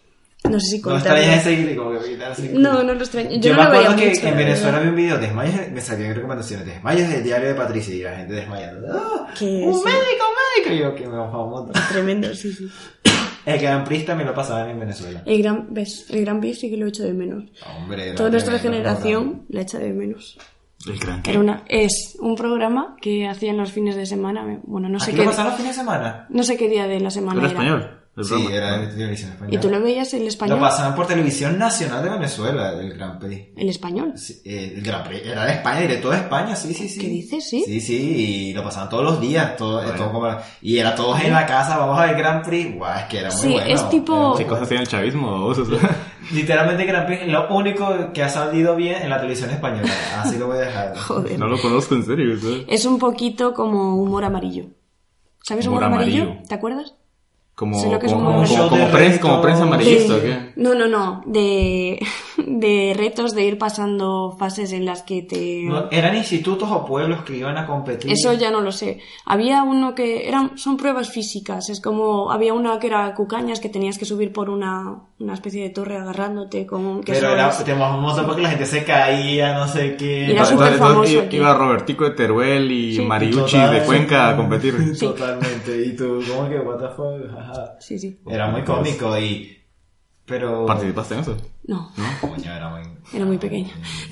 no sé si
No extrañas
contarlo.
ese guilty, como que evitar ese guilty.
No, no lo extraño. Yo,
Yo,
no
me
lo veía
acuerdo que en
mucho, la
Venezuela
verdad.
vi un video, desmayes, me salían recomendaciones, desmayes del diario de Patricia y la gente desmayando. ¡Ah!
Que
¡Un
sí.
médico, un médico! Y yo, que me bajaba un montón.
Tremendo, sí, sí.
El Gran Prix también lo pasaban en Venezuela.
El gran, ¿ves? El gran Prix sí que lo echo de menos.
Hombre, era
Toda nuestra
tremendo programa.
generación la echa de menos.
El gran
Era una, es un programa que hacían los fines de semana. me- Bueno, no sé
¿Aquí
qué.
lo pasaban los fines de semana?
No sé qué día de la semana
¿Era
era.
español? El
Sí,
programa.
era de televisión española.
¿Y tú lo veías el español?
Lo pasaban por televisión nacional de Venezuela, el Gran Prix.
El español.
Sí, eh, el Gran Prix era de España, y de toda España, sí, sí, sí.
¿Qué dices? ¿Sí?
Sí, sí, y lo pasaban todos los días, todo, eh,
Bueno.
todo como- y era todos en la casa, vamos a ver Gran Prix. Guau, es que era muy
Sí,
bueno.
es tipo-
Era muy-
¿Qué cosas hacían el chavismo? babosos?
Literalmente Gran Prix, lo único que ha salido bien en la televisión española. Así lo voy a dejar.
Joder.
no lo conozco en serio. ¿sabes?
Es un poquito como humor amarillo. ¿Sabes humor,
Humor
amarillo?
amarillo.
¿Te acuerdas?
Como,
Sí, lo que es
como,
un
como,
show
como,
de
prensa, como
retos.
prensa amarillista, ¿o
De-
qué?
No, no, no. De, de retos de ir pasando fases en las que te...
No, eran institutos o pueblos que iban a competir.
Eso ya no lo sé. Había uno que eran son pruebas físicas, es como había una que era cucañas que tenías que subir por una, una especie de torre agarrándote con un- que
Pero
son-
era, te mostró porque la gente se caía, no sé qué.
Era
Entonces,
súper
entonces
famoso aquí.
Iba Robertico de Teruel y
Sí.
Mariuchi
Total.
de Cuenca a competir.
Totalmente. Y tú, ¿cómo que what the fuck? Ajá.
Sí, sí.
Era muy cómico y. Pero.
¿Participaste en eso?
No,
Coño, era muy.
era muy pequeña.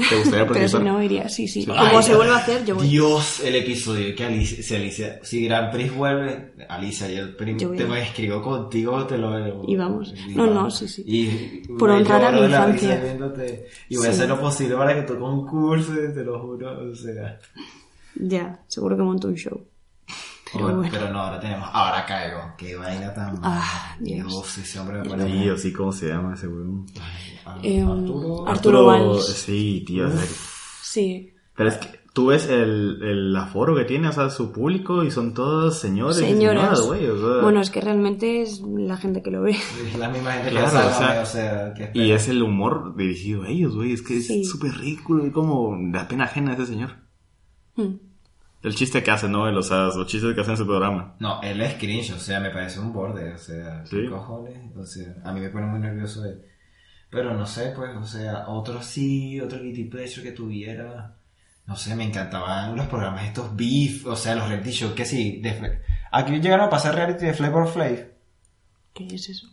¿Te gustaría
Pero si
participar?
no iría, sí, sí.
Ay,
Como se vuelva a hacer, yo voy.
Dios, el episodio que Alicia, si Alicia, si Gran Prix vuelve, Alicia, yo el prim-
Yo voy.
te me escribo contigo, te lo
Y vamos.
y
No, no,
vamos.
sí, sí.
Y
Por
me
honrar a
lloro
mi
de la risa
infancia.
viéndote. y voy a
Sí.
hacer lo posible para que tú concurses, te lo juro, o sea.
Ya, seguro que monto un show. Pero
Bueno,
bueno.
pero no, ahora tenemos, ahora caigo, qué vaina tan
Ah, Dios.
ese hombre me pone
Tío, sí, ¿cómo se llama ese weón?
Eh,
Arturo.
Ar- Arturo Valls.
Sí, tío. es de-
Sí.
Pero es que tú ves el, el aforo que tiene, o sea, su público y son todos señores. y
Señoras.
señoras, güey, o sea.
Bueno, es que realmente es la gente que lo ve.
Es la misma gente
Claro,
que saca,
o sea,
o sea, que
Y es el humor dirigido a ellos, güey. Es que
Sí.
es súper ridículo y como da pena ajena ese señor.
Hmm.
El chiste que hace, ¿no? El- O sea, los chistes que hace en su programa.
No, él es cringe, o sea, me parece un borde, o sea, ¿qué
Sí.
cojones? O sea, a mí me pone muy nervioso él. Pero no sé, pues, o sea, otro sí, otro guilty pleasure que tuviera. No sé, me encantaban los programas estos beef, o sea, los reality shows, que sí. de Fla- Aquí llegaron a pasar reality de Flavor Flav.
¿Qué es eso?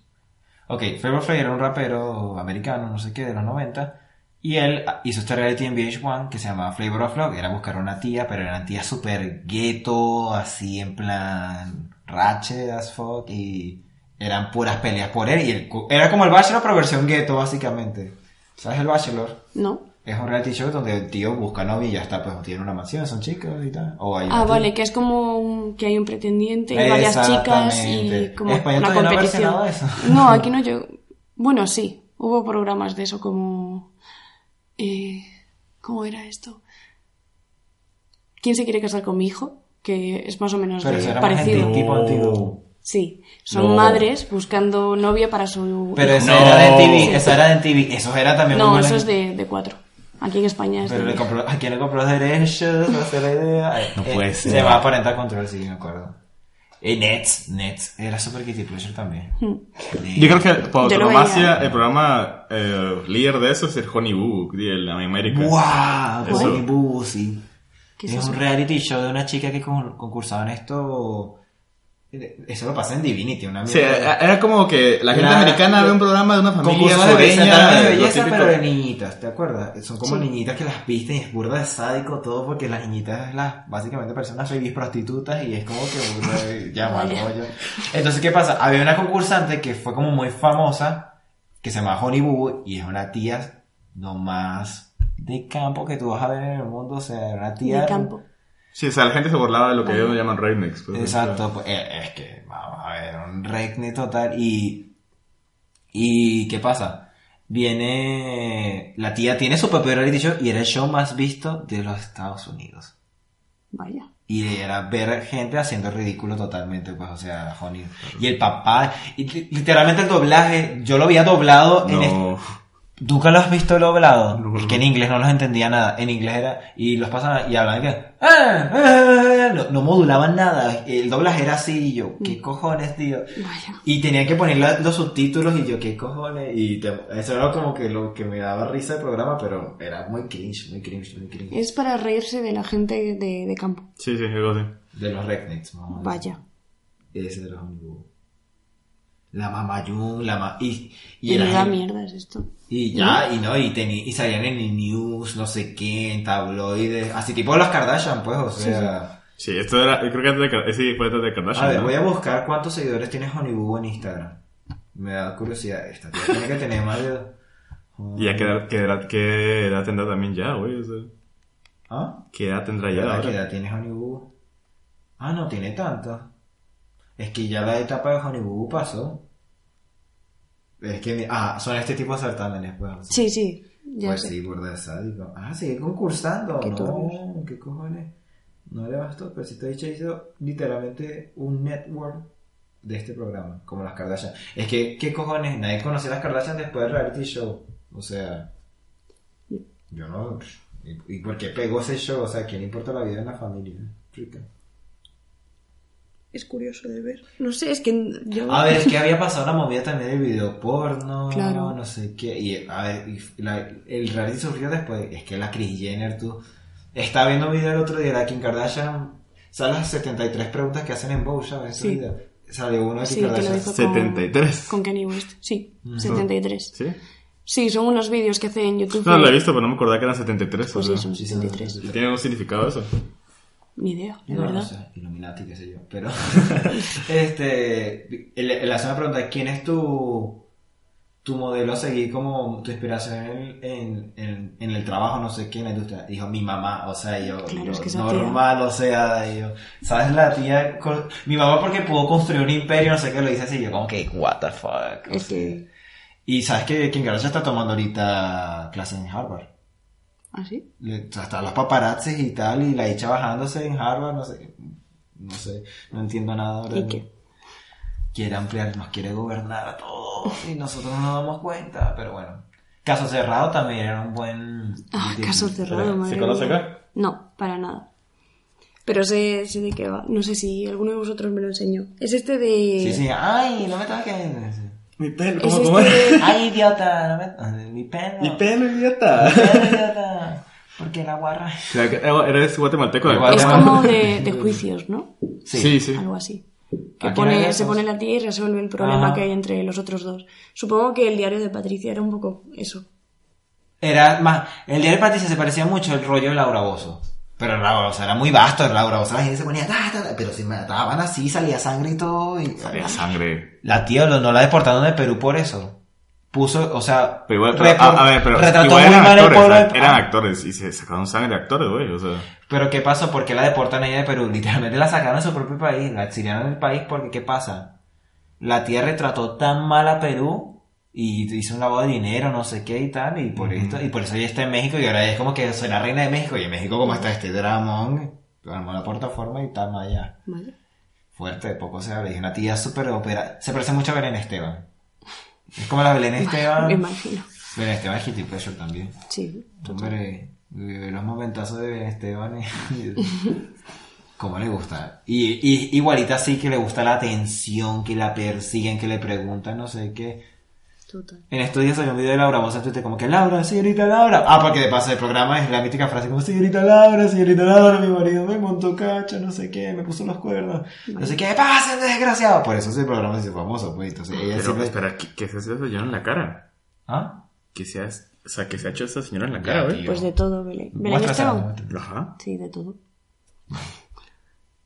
Ok, Flavor Flav era un rapero americano, no sé qué, de los 90. Y él ah, hizo este reality en VH1 que se llamaba Flavor of Love. Era buscar una tía, pero eran tías súper gueto, así en plan ratchet as fuck. Y eran puras peleas por él. Y el cu- era como el Bachelor, pero versión gueto, básicamente. ¿Sabes el Bachelor?
¿No?
Es un reality show donde el tío busca novia y ya está, pues tiene una mansión, son chicos y tal. O hay una
Ah,
tía.
vale, que es como un- que hay un pretendiente y varias chicas y
Exactamente.
como
España
una
todavía no ha
competición.
versionado eso.
No, aquí no yo. Bueno, sí, hubo programas de eso como. eh, ¿Cómo era esto? ¿Quién se quiere casar con mi hijo? Que es más o menos
Pero
de-
eso era más
parecido.
antiguo, tipo antiguo.
Sí, son
No.
madres buscando novia para su.
Pero
hijo.
eso
No.
era de TV, eso era de TV, eso era también muy
no,
buena
eso es de, de cuatro. Aquí en España es
Pero
de-
le compró, ¿a quién le compró los derechos? No sé la idea. Eh,
No
eh,
puede ser.
Se va a aparentar control, sí, me acuerdo. Y Nets, Nets. Era super Kitty Pleasure también.
Hmm.
Eh,
Yo creo que por
Yo lo
autonomacia,
veía.
el programa eh, líder de eso es el Honey Boo Boo, el America.
¡Wow!
Eso.
Bonnie Boo, sí.
¿Qué
es
es eso?
un reality show de una chica que con- concursaba en esto. Eh, Eso lo pasa en Divinity, una
Sí, eh,
mierda.
era como que la gente
La-
americana ve un programa de una familia
Concursos de belleza,
sureña,
de
lo
belleza
típico.
pero de niñitas, ¿te acuerdas? Son como
Sí.
niñitas que las visten y es burda de sádico todo porque las niñitas las básicamente parecen unas babies prostitutas y es como que burda de- ya mal
Vaya.
rollo. Entonces, ¿qué pasa? Había una concursante que fue como muy famosa que se llama Honey Boo y es una tía no más de campo que tú vas a ver en el mundo, o sea, una tía
de campo.
Sí, o sea, la gente se burlaba de lo que ellos llaman rednecks. pues,
Exacto, pues, eh, es que vamos a ver, un recne total y... ¿Y qué pasa? viene, la tía tiene su propio reality show y era el show más visto de los Estados Unidos.
Vaya.
Y era ver gente haciendo ridículo totalmente, pues, o sea, Honey. Y el papá, y li- literalmente el doblaje, yo lo había doblado en... este- est-
No.
¿Nunca lo has visto doblado?
No.
Es que en inglés no los entendía nada. En inglés era, y los pasaban y hablaban que, "Ah, ah", no, no modulaban nada. El doblaje era así, y yo,
Mm.
¿qué cojones, tío?
Vaya.
Y tenía que poner la- los subtítulos y yo, ¿qué cojones? Y te- eso era como que lo que me daba risa el programa, pero era muy cringe, muy cringe, muy cringe.
Es para reírse de la gente de, de campo.
Sí, sí, algo así.
De los Rednecks, vamos a decir.
Vaya.
Ese era un dibujo. La mamayun, la ma... Y, y
Y
era
la
gente-
mierda es esto.
Y ya, y no, y, teni- y salían en el news, no sé qué, en tabloides, así tipo los Kardashian, pues, o sea...
Sí, esto era, yo creo que antes de, Kar- sí, fue antes de Kardashian.
A ver,
¿no?
voy a buscar cuántos seguidores tiene Honeyboo en Instagram. Me da curiosidad esta, tía tiene que tener más de...
Y ya qué edad, qué edad- qué edad tendrá también ya, güey. O sea,
¿Ah?
¿Qué edad tendrá
¿Qué
ya ahora?
edad tiene Honeyboo? Ah, no tiene tanto. Es que ya la etapa de Honeyboo pasó. Es que... ni- Ah, son este tipo de certámenes, pues. o sea.
Sí, sí. Ya
pues
sé.
sí, burda de sádico. Ah, sigue concursando.
Qué
no,
turbio.
qué cojones. No le bastó, pero si te he dicho, hizo literalmente un network de este programa, como las Kardashian. Es que, ¿qué cojones? Nadie conoció a las Kardashian después del reality show. O sea, yo no. ¿Y, y por qué pegó ese show? O sea, ¿quién le importa la vida de la familia? Rica.
Es curioso de ver. No sé, es que yo...
A ver, es que había pasado la movida también del video porno,
Claro.
no sé qué. Y a ver, y la- el reality surgió después. Es que la Kris Jenner, tú. Estaba viendo un video el otro día de la Kim Kardashian. ¿Sabes las 73 preguntas que hacen en Bow, ¿sabes? Ese
Sí.
video. Salió uno de Kim
Sí, que lo
Kardashian.
hizo con-
73.
Con Kanye West. Sí, 73.
¿Sí?
Sí, son unos vídeos que hace en YouTube.
No,
de-
lo he visto, pero no me acordaba que eran 73.
Pues
o
sí,
sea.
son
Sí, sí, sí,
73.
sí.
¿Tiene un significado eso?
Ni idea, de
No,
verdad.
no sé, Illuminati, qué sé yo. Pero, este, le le hace una pregunta, ¿quién es tu, tu modelo a seguir como tu inspiración en, en, en- en el trabajo, no sé qué, en la industria? Dijo, mi mamá, o sea, yo,
Claro,
yo,
es que esa tía.
normal, o sea, yo, ¿sabes la tía? con- mi mamá porque pudo construir un imperio, no sé qué, lo dice así, yo como que, what the fuck, o
Es que-
sea. Y sabes que Kim Kardashian está tomando ahorita clases en Harvard
¿Ah, sí?
le- hasta los paparazzis y tal, y la hecha bajándose en Harvard, no sé, no sé, no entiendo nada. ahora.
¿Y qué?
Quiere ampliar, nos quiere gobernar a todos y nosotros no nos damos cuenta, pero bueno. Caso cerrado también era un buen...
Ah, caso cerrado,
¿Se
madre
conoce
mía.
acá?
No, para nada. Pero sé, sé de qué va. No sé si alguno de vosotros me lo enseñó. Es este de...
Sí, sí, ay, no me toques.
Mi pelo,
Es
¿cómo, cómo es?
este de-
Ay, idiota, no me toques. Mi pelo.
Mi pelo, idiota.
pelo, idiota. Porque la guarra...
Claro que- eh, ¿Eres guatemalteco? de
Igual.
Es
acá?
como de, de juicios, ¿no?
Sí, sí.
Algo así. Que
Aquí
pone-
hay esos.
se pone la tía y resuelve el problema
Ah.
Ajá.
que hay entre los otros dos. Supongo que el diario de Patricia era un poco eso.
Era más, el diario de Patricia se parecía mucho al rollo de Laura Bozo. Pero Laura Bozo era muy vasto, el Laura Bozo. La gente se ponía, ta, ta, ta, pero si mataban así, salía sangre y todo. y-
Salía sangre.
La tía lo- no la deportaron de Perú por eso. Puso, o sea,
Pero igual, pero,
repor-
a, a ver, pero
retrató
igual
muy
eran
mal el
actores,
pueblo de-
a- eran actores y se sacaron sangre de actores, güey, o sea.
Pero ¿qué pasó? ¿Por qué la deportan a ella de Perú? Literalmente la sacaron de su propio país, la exiliaron del país porque ¿qué pasa? La tía retrató tan mal a Perú y hizo un lavado de dinero, no sé qué y tal, y por esto, y por eso ella está en México y ahora es como que soy la reina de México y en México como está este dramón, armó la plataforma y está más allá.
¿Vale?
Fuerte, de poco se habla. Y es una tía súper opera. Se parece mucho a Belén Esteban. Es como la Belén
Me
Esteban.
imagino.
Belén Esteban es Kitty Pleasure también.
Sí.
Hombre, eh, los momentazos de Ben Esteban. eh, ¿Cómo le gusta? Y, y- igualita sí que le gusta la atención, que la persiguen, que le preguntan, no sé qué.
Total.
En estudios hay un video de Laura Voz en Twitter como que Laura, señorita Laura. Ah, porque de paso el programa es la mítica frase como señorita Laura, señorita Laura, mi marido me montó cacho, no sé qué, me puso los cuernos. No sé qué, pasen desgraciado. Por eso ese programa se hizo famoso, pues. Entonces ella
Pero,
siempre...
espera, ¿qué, qué se hace esa señora en la cara?
¿Ah?
¿Qué se ha, o sea, ¿qué se ha hecho esa señora en la cara,
Ya,
güey?
tío.
Pues de todo, Belén. ¿Belén
Muéstrasela,
Esteban?
muéstrasela.
Ajá,
Sí, de todo.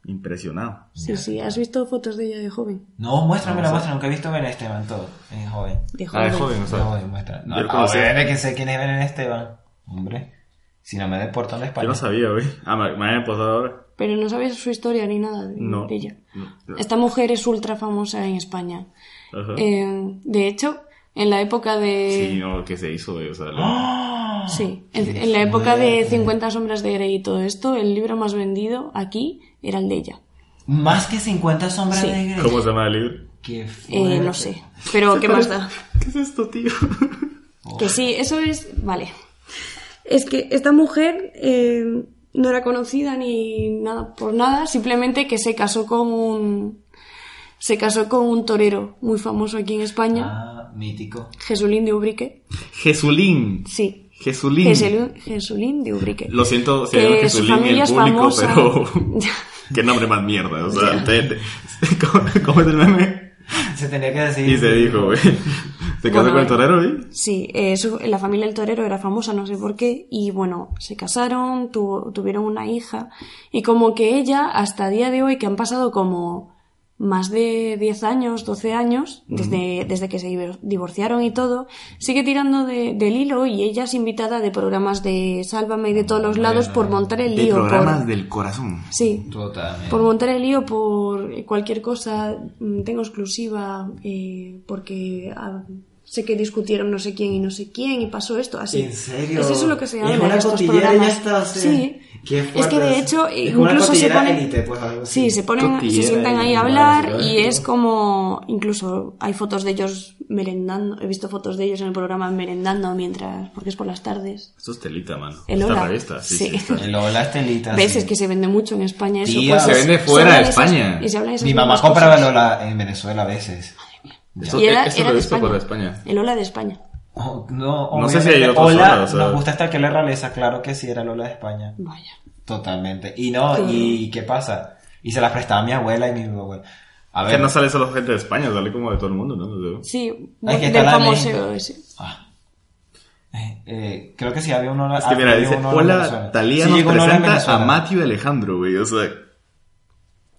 impresionado.
Sí, sí. ¿Has visto fotos de ella de joven?
No, muéstramela, muéstrame, nunca he visto a Ben Esteban todo, en joven.
De
Ah,
joven.
de joven, o sea.
No, y muestra. No,
Yo
no,
conocí-
obviamente que sé quién es Belén Esteban. Hombre, si no me deportan de
Yo
España.
no sabía, güey. Ah, me, me han pasado ahora.
Pero no sabes su historia ni nada
Mm,
de,
No.
de ella.
No, no.
Esta mujer es ultra famosa en España.
Ajá.
Eh, de hecho, En la época
Sí,
de...
no, que se hizo, güey, o sea, lo-
¡Ah!
Sí, en, en la época de 50 sombras de Grey y todo esto, el libro más vendido aquí era el de ella.
Más que 50 sombras
Sí.
de Grey.
¿Cómo se llama el libro?
Qué
Eh,
fuerte.
no sé. Pero, ¿qué más da?
¿Qué es esto, tío?
Que sí, eso es. Vale. Es que esta mujer eh, no era conocida ni nada por nada, simplemente que se casó con un. Se casó con un torero muy famoso aquí en España,
Ah, mítico.
Jesulín de Ubrique.
Jesulín.
Sí.
Jesulín.
Jesulín, Jesulín de Ubrique.
Lo siento si hay un
que su
Jesulín en
familia
el
es
público,
famosa.
pero. Qué nombre más mierda, o sea, te- te- ¿cómo, cómo es el meme?
Se tenía que decir.
Y se dijo, güey. ¿Se casó
Bueno,
con el torero, güey?
Sí, eh, su- la familia del torero era famosa, no sé por qué, y bueno, se casaron, tuvo- tuvieron una hija, y como que ella, hasta día de hoy, que han pasado como más de 10 años, 12 años, desde, desde que se divor- divorciaron y todo, sigue tirando de- del hilo y ella es invitada de programas de Sálvame y de todos los lados por montar el lío. por-
del corazón.
Sí,
Totalmente.
por montar el lío, por cualquier cosa, mm, tengo exclusiva, eh, porque ah, sé que discutieron no sé quién y no sé quién y pasó esto, así.
¿En serio?
Es eso lo que se
Es
habla
una
en estos
cotillera y ya
programas.
está, o sea,
sí.
qué
es que
fuerte
de
es.
hecho
Es como una
incluso se
cotillera
ponen
élite, pues, algo así.
sí, se ponen, se
Cotillera
sientan ahí
élite,
a hablar
claro,
y
claro.
es como incluso hay fotos de ellos merendando, he visto fotos de ellos en el programa merendando mientras, porque es por las tardes.
Esto es telita, mano.
El
Esta
hola.
revista, sí,
Sí.
sí, está.
El hola estelita.
Ves,
Ah, sí.
es que se vende mucho en España eso. pues,
Tía, se
vende
se
fuera de
hablan esas-
España.
y se hablan esas
Mi
mismas
mamá compraba
cosas.
el hola en Venezuela a veces.
Esto,
Y era,
esto
era
eh, lo
de
he visto
España.
por España.
El Ola de España.
Oh, no,
No sé
obviamente,
si hay otros
hola,
Olas, o sea.
Nos gusta esta que la realeza, claro que sí, era el hola de España.
Vaya.
Totalmente. Y no, ¿y qué pasa? Y se las prestaba mi abuela y mi abuela. A
Que
ver.
no sale solo gente de España, sale como de todo el mundo, ¿no? No sé.
Sí,
Ay, que
del
está la
famoso
ley.
ese.
Ah. Eh, eh, creo que sí había un hola.
Es que mira,
había
dice,
un hola en
hola,
Venezuela".
Talía
Sí,
nos
llegó un hola en
presenta
Venezuela.
a Matthew Alejandro, güey, o sea,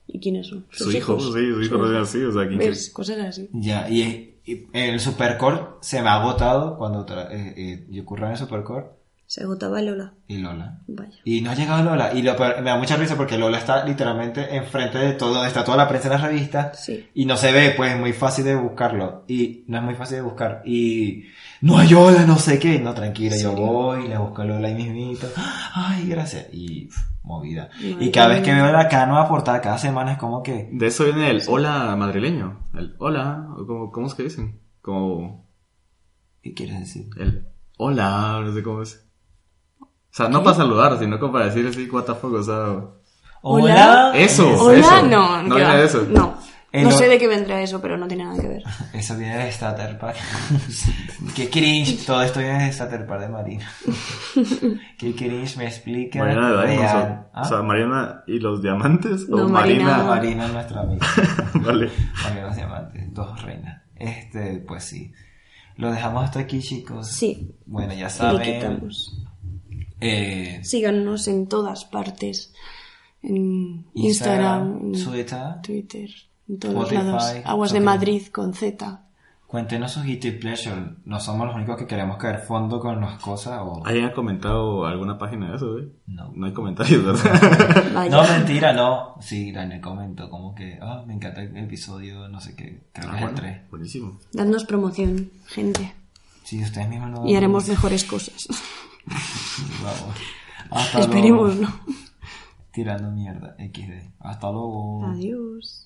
¿Y quiénes son?
su hijo, sí, su hijo recién así, o sea, que
¿Ves? Cosas así.
Ya, y, y el Supercore se me ha agotado cuando tra- eh, eh, yo curraba en el Supercore
Se agotaba el Ola.
y Lola.
Vaya.
Y no ha llegado Lola. Y lo peor- me da mucha risa porque Lola está literalmente enfrente de todo, donde está toda la prensa en las revistas.
Sí.
Y no se ve, pues es muy fácil de buscarlo. Y no es muy fácil de buscar. Y no hay Lola, no sé qué. No, tranquila, yo voy, le busco a Lola ahí mismito. Ay, gracias. Y pf, movida.
No
y
hay
cada vez que
Lola.
veo la cara nueva portada, cada semana es como que...
De eso viene el hola madrileño, el hola, o como, ¿cómo es que dicen? Como
¿Qué quieres decir?
el hola, no sé cómo es. O sea, no para saludar, sino como para decir así, what the fuck, o sea...
Hola.
Eso,
Hola,
eso.
no.
No
¿qué
viene
va?
de eso.
No.
El
no
Ola-
sé de qué vendrá eso, pero no tiene nada que ver.
Eso viene de Statterpar. Qué cringe. Todo esto viene de Statterpar de Marina. Qué cringe me explica.
Mariana de Daimos,
Vean.
o-
¿Ah?
o sea, Mariana y los diamantes, o
No,
Ah,
Marina...
Marina.
Marina es nuestra amiga.
vale.
Marina los diamantes, dos reinas. Este, pues sí. Lo dejamos hasta aquí, chicos.
Sí.
Bueno, ya saben.
Liquidamos.
Eh,
Síganos en todas partes. En Instagram,
Instagram, Twitter.
en Twitter, en todos
Spotify,
lados. Aguas de
todo.
Madrid con Z.
Cuéntenos sus guilty pleasure. No somos los únicos que queremos caer fondo con las cosas o.
¿Alguien ha comentado alguna página de eso, güey?
No.
No hay comentarios, ¿verdad?
Vaya.
No, mentira, no. Sí, Daniel comentó como que, ah, me encanta el episodio, no sé qué, creo que
Ah,
es el
bueno,
3.
buenísimo.
Dadnos promoción, gente.
Sí, ustedes mismos no.
Y haremos mejores cosas.
Vamos. Hasta luego.
Esperemos, ¿no?
Tirando mierda, XD. Hasta luego.
Adiós.